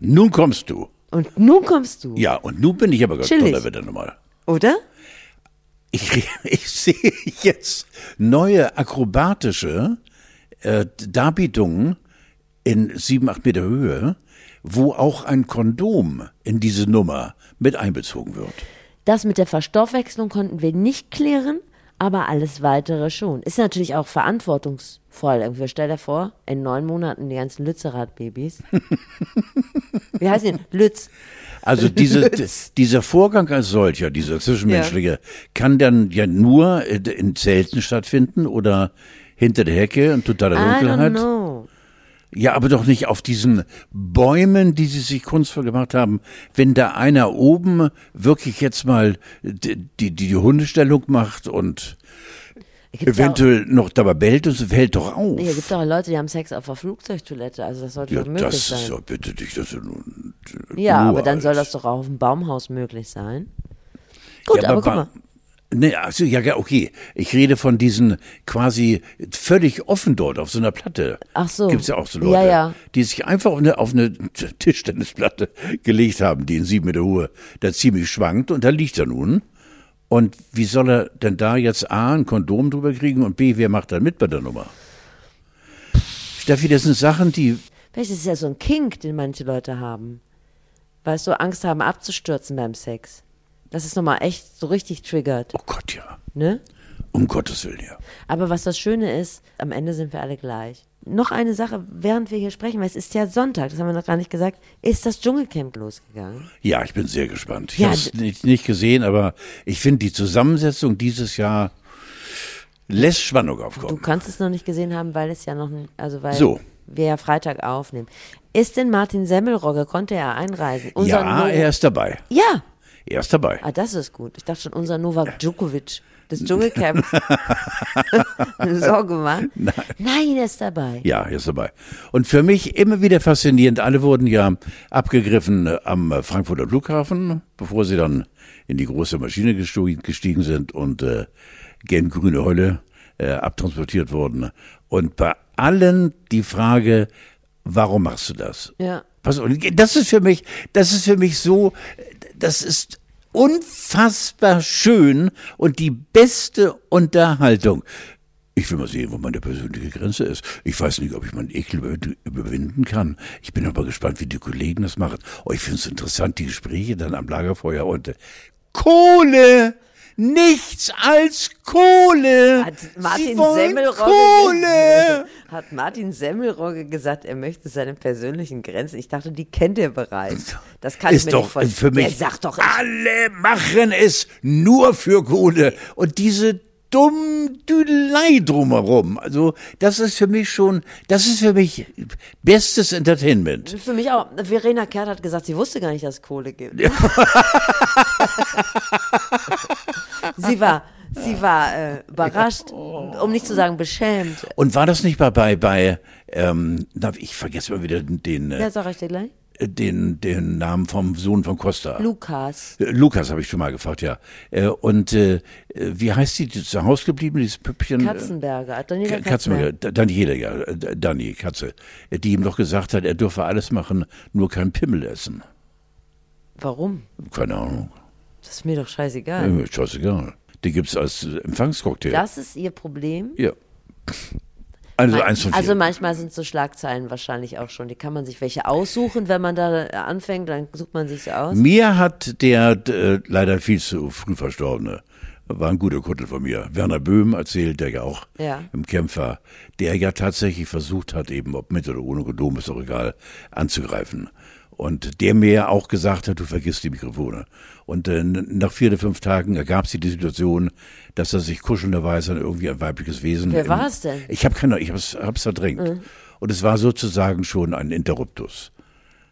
Nun kommst du. Und nun kommst du, Ja, und nun bin ich aber ganz Chillig. Donnerwetter nochmal. oder? Ich, ich sehe jetzt neue akrobatische äh, Darbietungen in sieben, acht Meter Höhe, wo auch ein Kondom in diese Nummer mit einbezogen wird. Das mit der Verstoffwechslung konnten wir nicht klären, aber alles weitere schon. Ist natürlich auch verantwortungsvoll. Irgendwie stell dir vor, in neun Monaten die ganzen Lützerath-Babys. Wie heißt denn? Lütz. Also diese, d- dieser Vorgang als solcher, dieser zwischenmenschliche, kann dann ja nur äh, in Zelten stattfinden oder hinter der Hecke in totaler I don't Dunkelheit. know. Ja, aber doch nicht auf diesen Bäumen, die sie sich kunstvoll gemacht haben. Wenn da einer oben wirklich jetzt mal die, die, die Hundestellung macht und Gibt's eventuell noch dabei bellt, das fällt doch auf. Auch, hier gibt es auch Leute, die haben Sex auf der Flugzeugtoilette. Also das sollte ja, doch möglich das ist sein. ja bitte dich, das ist nun. äh, Ja, nur aber dann soll das als- doch auch auf dem Baumhaus möglich sein. Gut, Ja, aber, guck mal. wa- Nee, also, ja, ja, okay. Ich rede von diesen quasi völlig offen dort auf so einer Platte. Ach so. Gibt's ja auch so Ja, Leute, ja. die sich einfach auf eine, auf eine Tischtennisplatte gelegt haben, die in sieben Meter Höhe da ziemlich schwankt und da liegt er nun. Und wie soll er denn da jetzt A, ein Kondom drüber kriegen und B, wer macht dann mit bei der Nummer? Steffi, das sind Sachen, die Vielleicht ist es ja so ein Kink, den manche Leute haben. Weißt du, Angst haben, abzustürzen beim Sex. Das ist nochmal echt so richtig triggert, Oh Gott, ja. ne? Um Gottes Willen, ja. Aber was das Schöne ist, am Ende sind wir alle gleich. Noch eine Sache, während wir hier sprechen, weil es ist ja Sonntag, das haben wir noch gar nicht gesagt, ist das Dschungelcamp losgegangen. Ja, ich bin sehr gespannt. Ich Ja, habe es d- nicht, nicht gesehen, aber ich finde die Zusammensetzung dieses Jahr lässt Spannung Du aufkommen. kannst es noch nicht gesehen haben, weil es ja noch, n- also weil So. wir ja Freitag aufnehmen. Ist denn Martin Semmelrogge, konnte er einreisen? Unser Ja, No- er ist dabei. ja, Er ist dabei. Ah, das ist gut. Ich dachte schon, unser Novak Djokovic des Dschungelcamps. Sorge gemacht. Nein. er ist dabei. Ja, er ist dabei. Und für mich immer wieder faszinierend. Alle wurden ja abgegriffen äh, am äh, Frankfurter Flughafen, bevor sie dann in die große Maschine gestu- gestiegen sind und äh, gelb-grüne Heule äh, abtransportiert wurden. Und bei allen die Frage, warum machst du das? Ja. Pass auf, das ist für mich, das ist für mich so, das ist unfassbar schön und die beste Unterhaltung. Ich will mal sehen, wo meine persönliche Grenze ist. Ich weiß nicht, ob ich meinen Ekel über- überwinden kann. Ich bin aber gespannt, wie die Kollegen das machen. Oh, ich finde es interessant, die Gespräche dann am Lagerfeuer und äh, Kohle! Nichts als Kohle! Hat Sie Martin wollen Semmelrogge Kohle! hat Martin Semmelrogge gesagt, er möchte seine persönlichen Grenzen. Ich dachte, die kennt er bereits. Das kann ich ist mir doch äh, nicht vorstellen. für mich. Er sagt doch, äh, alle machen es nur für Kohle. Und diese Dummdüdelei drumherum. Also, das ist für mich schon, das ist für mich bestes Entertainment. für mich auch. Verena Kehrt hat gesagt, sie wusste gar nicht, dass es Kohle gibt. sie war, sie war äh, überrascht, Oh. um nicht zu sagen beschämt. Und war das nicht bei, bei, bei ähm, na, ich vergesse mal wieder den, äh, Ja, sag ich dir gleich. den, den Namen vom Sohn von Costa. Lukas. Äh, Lukas habe ich schon mal gefragt, ja. Äh, Und äh, wie heißt die, die zu Hause geblieben, dieses Püppchen? Katzenberger. Daniela Ka- Katzenberger. Katzenberger, Da- Daniela, ja, äh, Dani, Katze, äh, die ihm doch gesagt hat, er dürfe alles machen, nur kein Pimmel essen. Warum? Keine Ahnung, Das ist mir doch scheißegal. Äh, scheißegal. Die gibt's als äh, Empfangscocktail. Das ist ihr Problem. ja. Also eins von vier. Also manchmal sind so Schlagzeilen wahrscheinlich auch schon. Die kann man sich welche aussuchen, wenn man da äh, anfängt, dann sucht man sich sie aus. Mir hat der äh, leider viel zu früh verstorbene, war ein guter Kumpel von mir, Werner Böhm, erzählt der ja auch Ja. im Kämpfer, der ja tatsächlich versucht hat, eben ob mit oder ohne Kondom, ist doch egal, anzugreifen. Und der mir auch gesagt hat, du vergisst die Mikrofone. Und äh, nach vier oder fünf Tagen ergab sich die Situation, dass er sich kuschelnderweise an irgendwie ein weibliches Wesen. Wer im- war es denn? Mhm. Ich habe keine, ich hab's, hab's verdrängt. Und es war sozusagen schon ein Interruptus.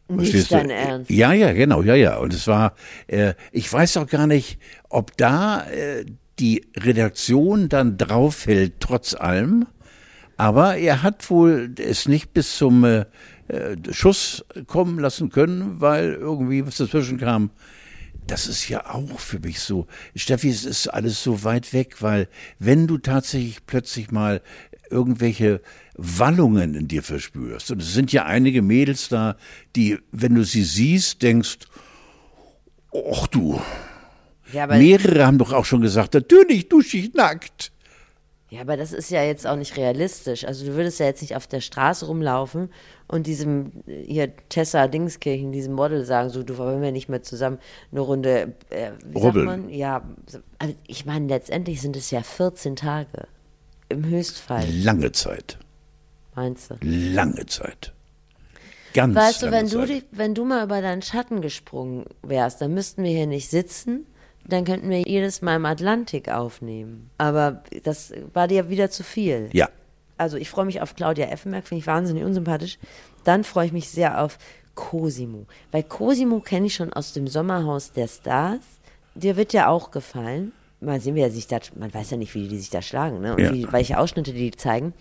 Nicht Verstehst du? dein Ernst. Ja, ja, genau, ja, ja. Und es war, äh, ich weiß auch gar nicht, ob da äh, die Redaktion dann draufhält, trotz allem. Aber er hat wohl es nicht bis zum äh, äh, Schuss kommen lassen können, weil irgendwie was dazwischen kam. Das ist ja auch für mich so. Steffi, es ist alles so weit weg, weil wenn du tatsächlich plötzlich mal irgendwelche Wallungen in dir verspürst, und es sind ja einige Mädels da, die, wenn du sie siehst, denkst, ach du, Ja aber, mehrere haben doch auch schon gesagt, natürlich dusche ich nackt. ja, aber das ist ja jetzt auch nicht realistisch. Also du würdest ja jetzt nicht auf der Straße rumlaufen und diesem äh, hier Tessa Dingskirchen, diesem Model sagen, so du wollen wir nicht mehr zusammen eine Runde äh, wie Rubbeln. sagt man? Ja, so- also ich meine letztendlich sind es ja 14 Tage im Höchstfall, Lange Zeit, meinst du? lange Zeit. Ganz Weißt du, lange wenn du, Zeit. dich, wenn du mal über deinen Schatten gesprungen wärst, dann müssten wir hier nicht sitzen. Dann könnten wir jedes Mal im Atlantik aufnehmen. Aber das war dir wieder zu viel. Ja. Also ich freue mich auf Claudia Effenberg, finde ich wahnsinnig unsympathisch. Dann freue ich mich sehr auf Cosimo. Weil Cosimo kenne ich schon aus dem Sommerhaus der Stars. Dir wird ja auch gefallen. Mal sehen, wie er sich da, man weiß ja nicht, wie die sich da schlagen, ne? Und Ja. wie, welche Ausschnitte die zeigen.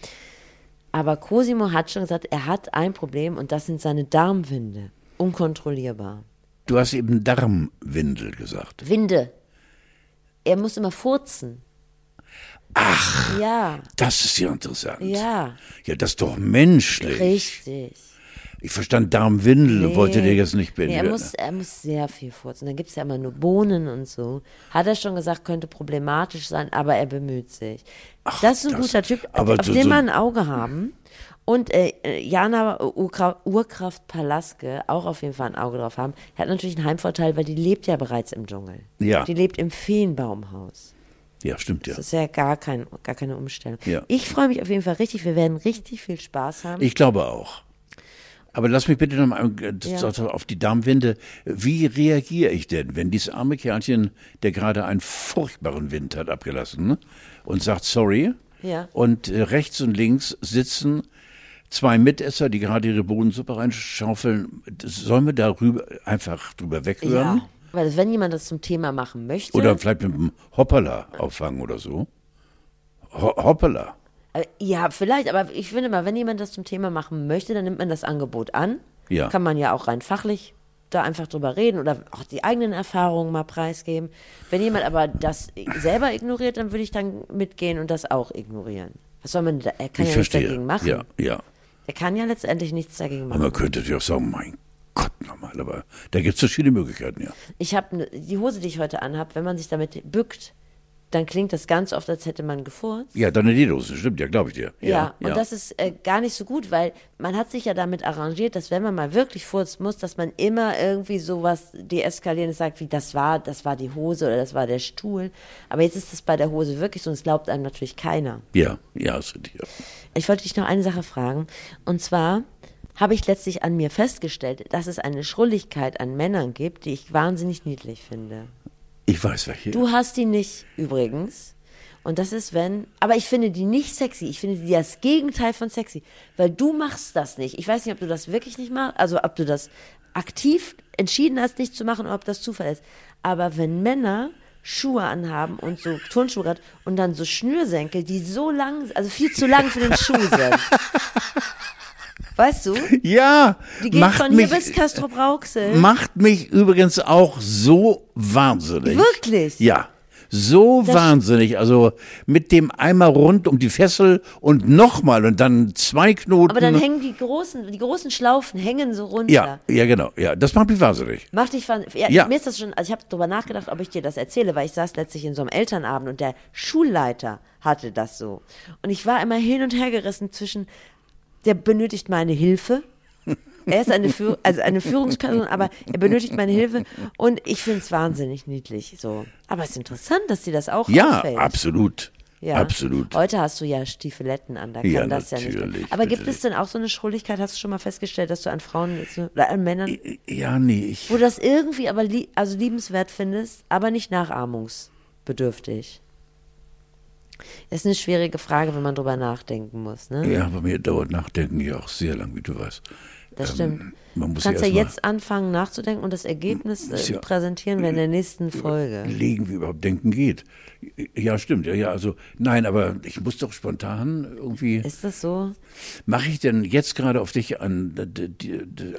Aber Cosimo hat schon gesagt, er hat ein Problem und das sind seine Darmwinde. Unkontrollierbar. Du hast eben Darmwindel gesagt. Winde. Er muss immer furzen. Ach. Ja, Das ist ja interessant. ja, Ja, das ist doch menschlich. richtig. Ich verstand Darmwindel, wollte dir jetzt nicht Nee, beenden. er, muss, er muss sehr viel furzen. Dann gibt es ja immer nur Bohnen und so. Hat er schon gesagt, könnte problematisch sein, aber er bemüht sich. das ist ein das- guter Typ, aber auf so- den so- man ein Auge haben. Und äh, äh, Jana Urkra Urkraft Palaske auch auf jeden Fall ein Auge drauf haben. Hat natürlich einen Heimvorteil, weil die lebt ja bereits im Dschungel. Ja. Die lebt im Feenbaumhaus. ja, stimmt ja. Das ist ja gar, kein, gar keine Umstellung. Ja. Ich freue mich auf jeden Fall richtig. Wir werden richtig viel Spaß haben. Ich glaube auch. Aber lass mich bitte nochmal auf die Darmwinde. Wie reagiere ich denn, wenn dieses arme Kerlchen, der gerade einen furchtbaren Wind hat abgelassen ne, und sagt sorry? Ja. Und äh, rechts und links sitzen zwei Mitesser, die gerade ihre Bodensuppe reinschaufeln. Das- Sollen wir darüber einfach drüber weghören? ja. Weil wenn jemand das zum Thema machen möchte. Oder vielleicht mit einem Hoppala auffangen oder so? Ho Hoppala. Äh, Ja, vielleicht, aber ich finde mal, wenn jemand das zum Thema machen möchte, dann nimmt man das Angebot an. Ja. Kann man ja auch rein fachlich da einfach drüber reden oder auch die eigenen Erfahrungen mal preisgeben. Wenn jemand aber das selber ignoriert, dann würde ich dann mitgehen und das auch ignorieren. Was soll man da? Er kann ich ja verstehe. nichts dagegen machen. Ja, ja. Er kann ja letztendlich nichts dagegen machen. Aber man könnte natürlich auch sagen, mein Gott nochmal, aber da gibt es verschiedene Möglichkeiten, ja. Ich habe ne, die Hose, die ich heute anhab, wenn man sich damit bückt, dann klingt das ganz oft, als hätte man gefurzt. Ja, deine Lederhosen, stimmt, ja, glaube ich dir. Ja, und das ist äh, gar nicht so gut, weil man hat sich ja damit arrangiert, dass wenn man mal wirklich furzen muss, dass man immer irgendwie sowas deeskalierendes sagt, wie das war, das war die Hose oder das war der Stuhl. Aber jetzt ist das bei der Hose wirklich so und es glaubt einem natürlich keiner. ja, ja, ist richtig. Ja. Ich wollte dich noch eine Sache fragen und zwar habe ich letztlich an mir festgestellt, dass es eine Schrulligkeit an Männern gibt, die ich wahnsinnig niedlich finde. Ich weiß welche. Du hast die nicht übrigens. Und das ist, wenn. Aber ich finde die nicht sexy. Ich finde die das Gegenteil von sexy. Weil du machst das nicht. Ich weiß nicht, ob du das wirklich nicht machst. Also, ob du das aktiv entschieden hast, nicht zu machen, oder ob das Zufall ist. Aber wenn Männer Schuhe anhaben und so Turnschuhe gerade und dann so Schnürsenkel, die so lang, also viel zu lang für den Schuh sind. Weißt du? Ja, Die geht macht von hier mich, bis Castro Brauxel. macht mich übrigens auch so wahnsinnig. Wirklich? Ja. So Das- wahnsinnig, also mit dem Eimer rund um die Fessel und nochmal und dann zwei Knoten. Aber dann hängen die großen, die großen Schlaufen hängen so runter. ja, ja, genau, ja, das macht mich wahnsinnig. Macht dich von, ja, Ja. Mir ist das schon, also ich habe drüber nachgedacht, ob ich dir das erzähle, weil ich saß letztlich in so einem Elternabend und der Schulleiter hatte das so. Und ich war immer hin und her gerissen zwischen, der benötigt meine Hilfe. Er ist eine, Führ also eine Führungsperson, aber er benötigt meine Hilfe und ich finde es wahnsinnig niedlich. So. Aber es ist interessant, dass dir das auch Ja, auffällt. absolut, absolut. Heute hast du ja Stiefeletten an, da kann Ja, das ja nicht. natürlich, Aber gibt bitte. es denn auch so eine Schrulligkeit? Hast du schon mal festgestellt, dass du an Frauen äh, oder an Männern Ja, nee, ich, wo du das irgendwie aber lie also liebenswert findest, aber nicht nachahmungsbedürftig. Das ist eine schwierige Frage, wenn man drüber nachdenken muss, ne? ja, bei mir dauert Nachdenken ja auch sehr lang, wie du weißt. Das stimmt. Man Du ähm, muss kannst ja erst mal jetzt anfangen nachzudenken und das Ergebnis äh, Tja. präsentieren wir in der nächsten Folge. legen, wie überhaupt denken geht. Ja, stimmt, ja, ja, also, nein, aber ich muss doch spontan irgendwie. Ist das so? Mache ich denn jetzt gerade auf dich an d- d- d-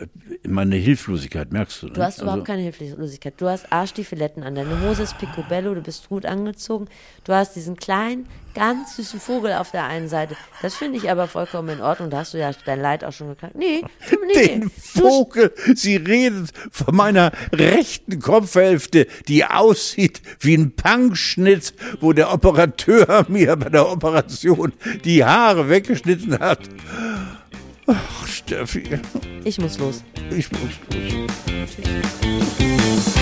meine Hilflosigkeit, merkst du? ne? Also, Du hast überhaupt keine Hilflosigkeit. Du hast Arschstiefeletten an. Deine Hose ist picobello, du bist gut angezogen. Du hast diesen kleinen, ganz süßen Vogel auf der einen Seite. Das finde ich aber vollkommen in Ordnung. Da hast du ja dein Leid auch schon geklagt. Nee, du- nee. Den du Vogel, sie redet von meiner rechten Kopfhälfte, die aussieht wie ein Punkschnitt, wo der Operateur mir bei der Operation die Haare weggeschnitten hat. Ach, Steffi, Ich muss los. ich muss los. Tschüss.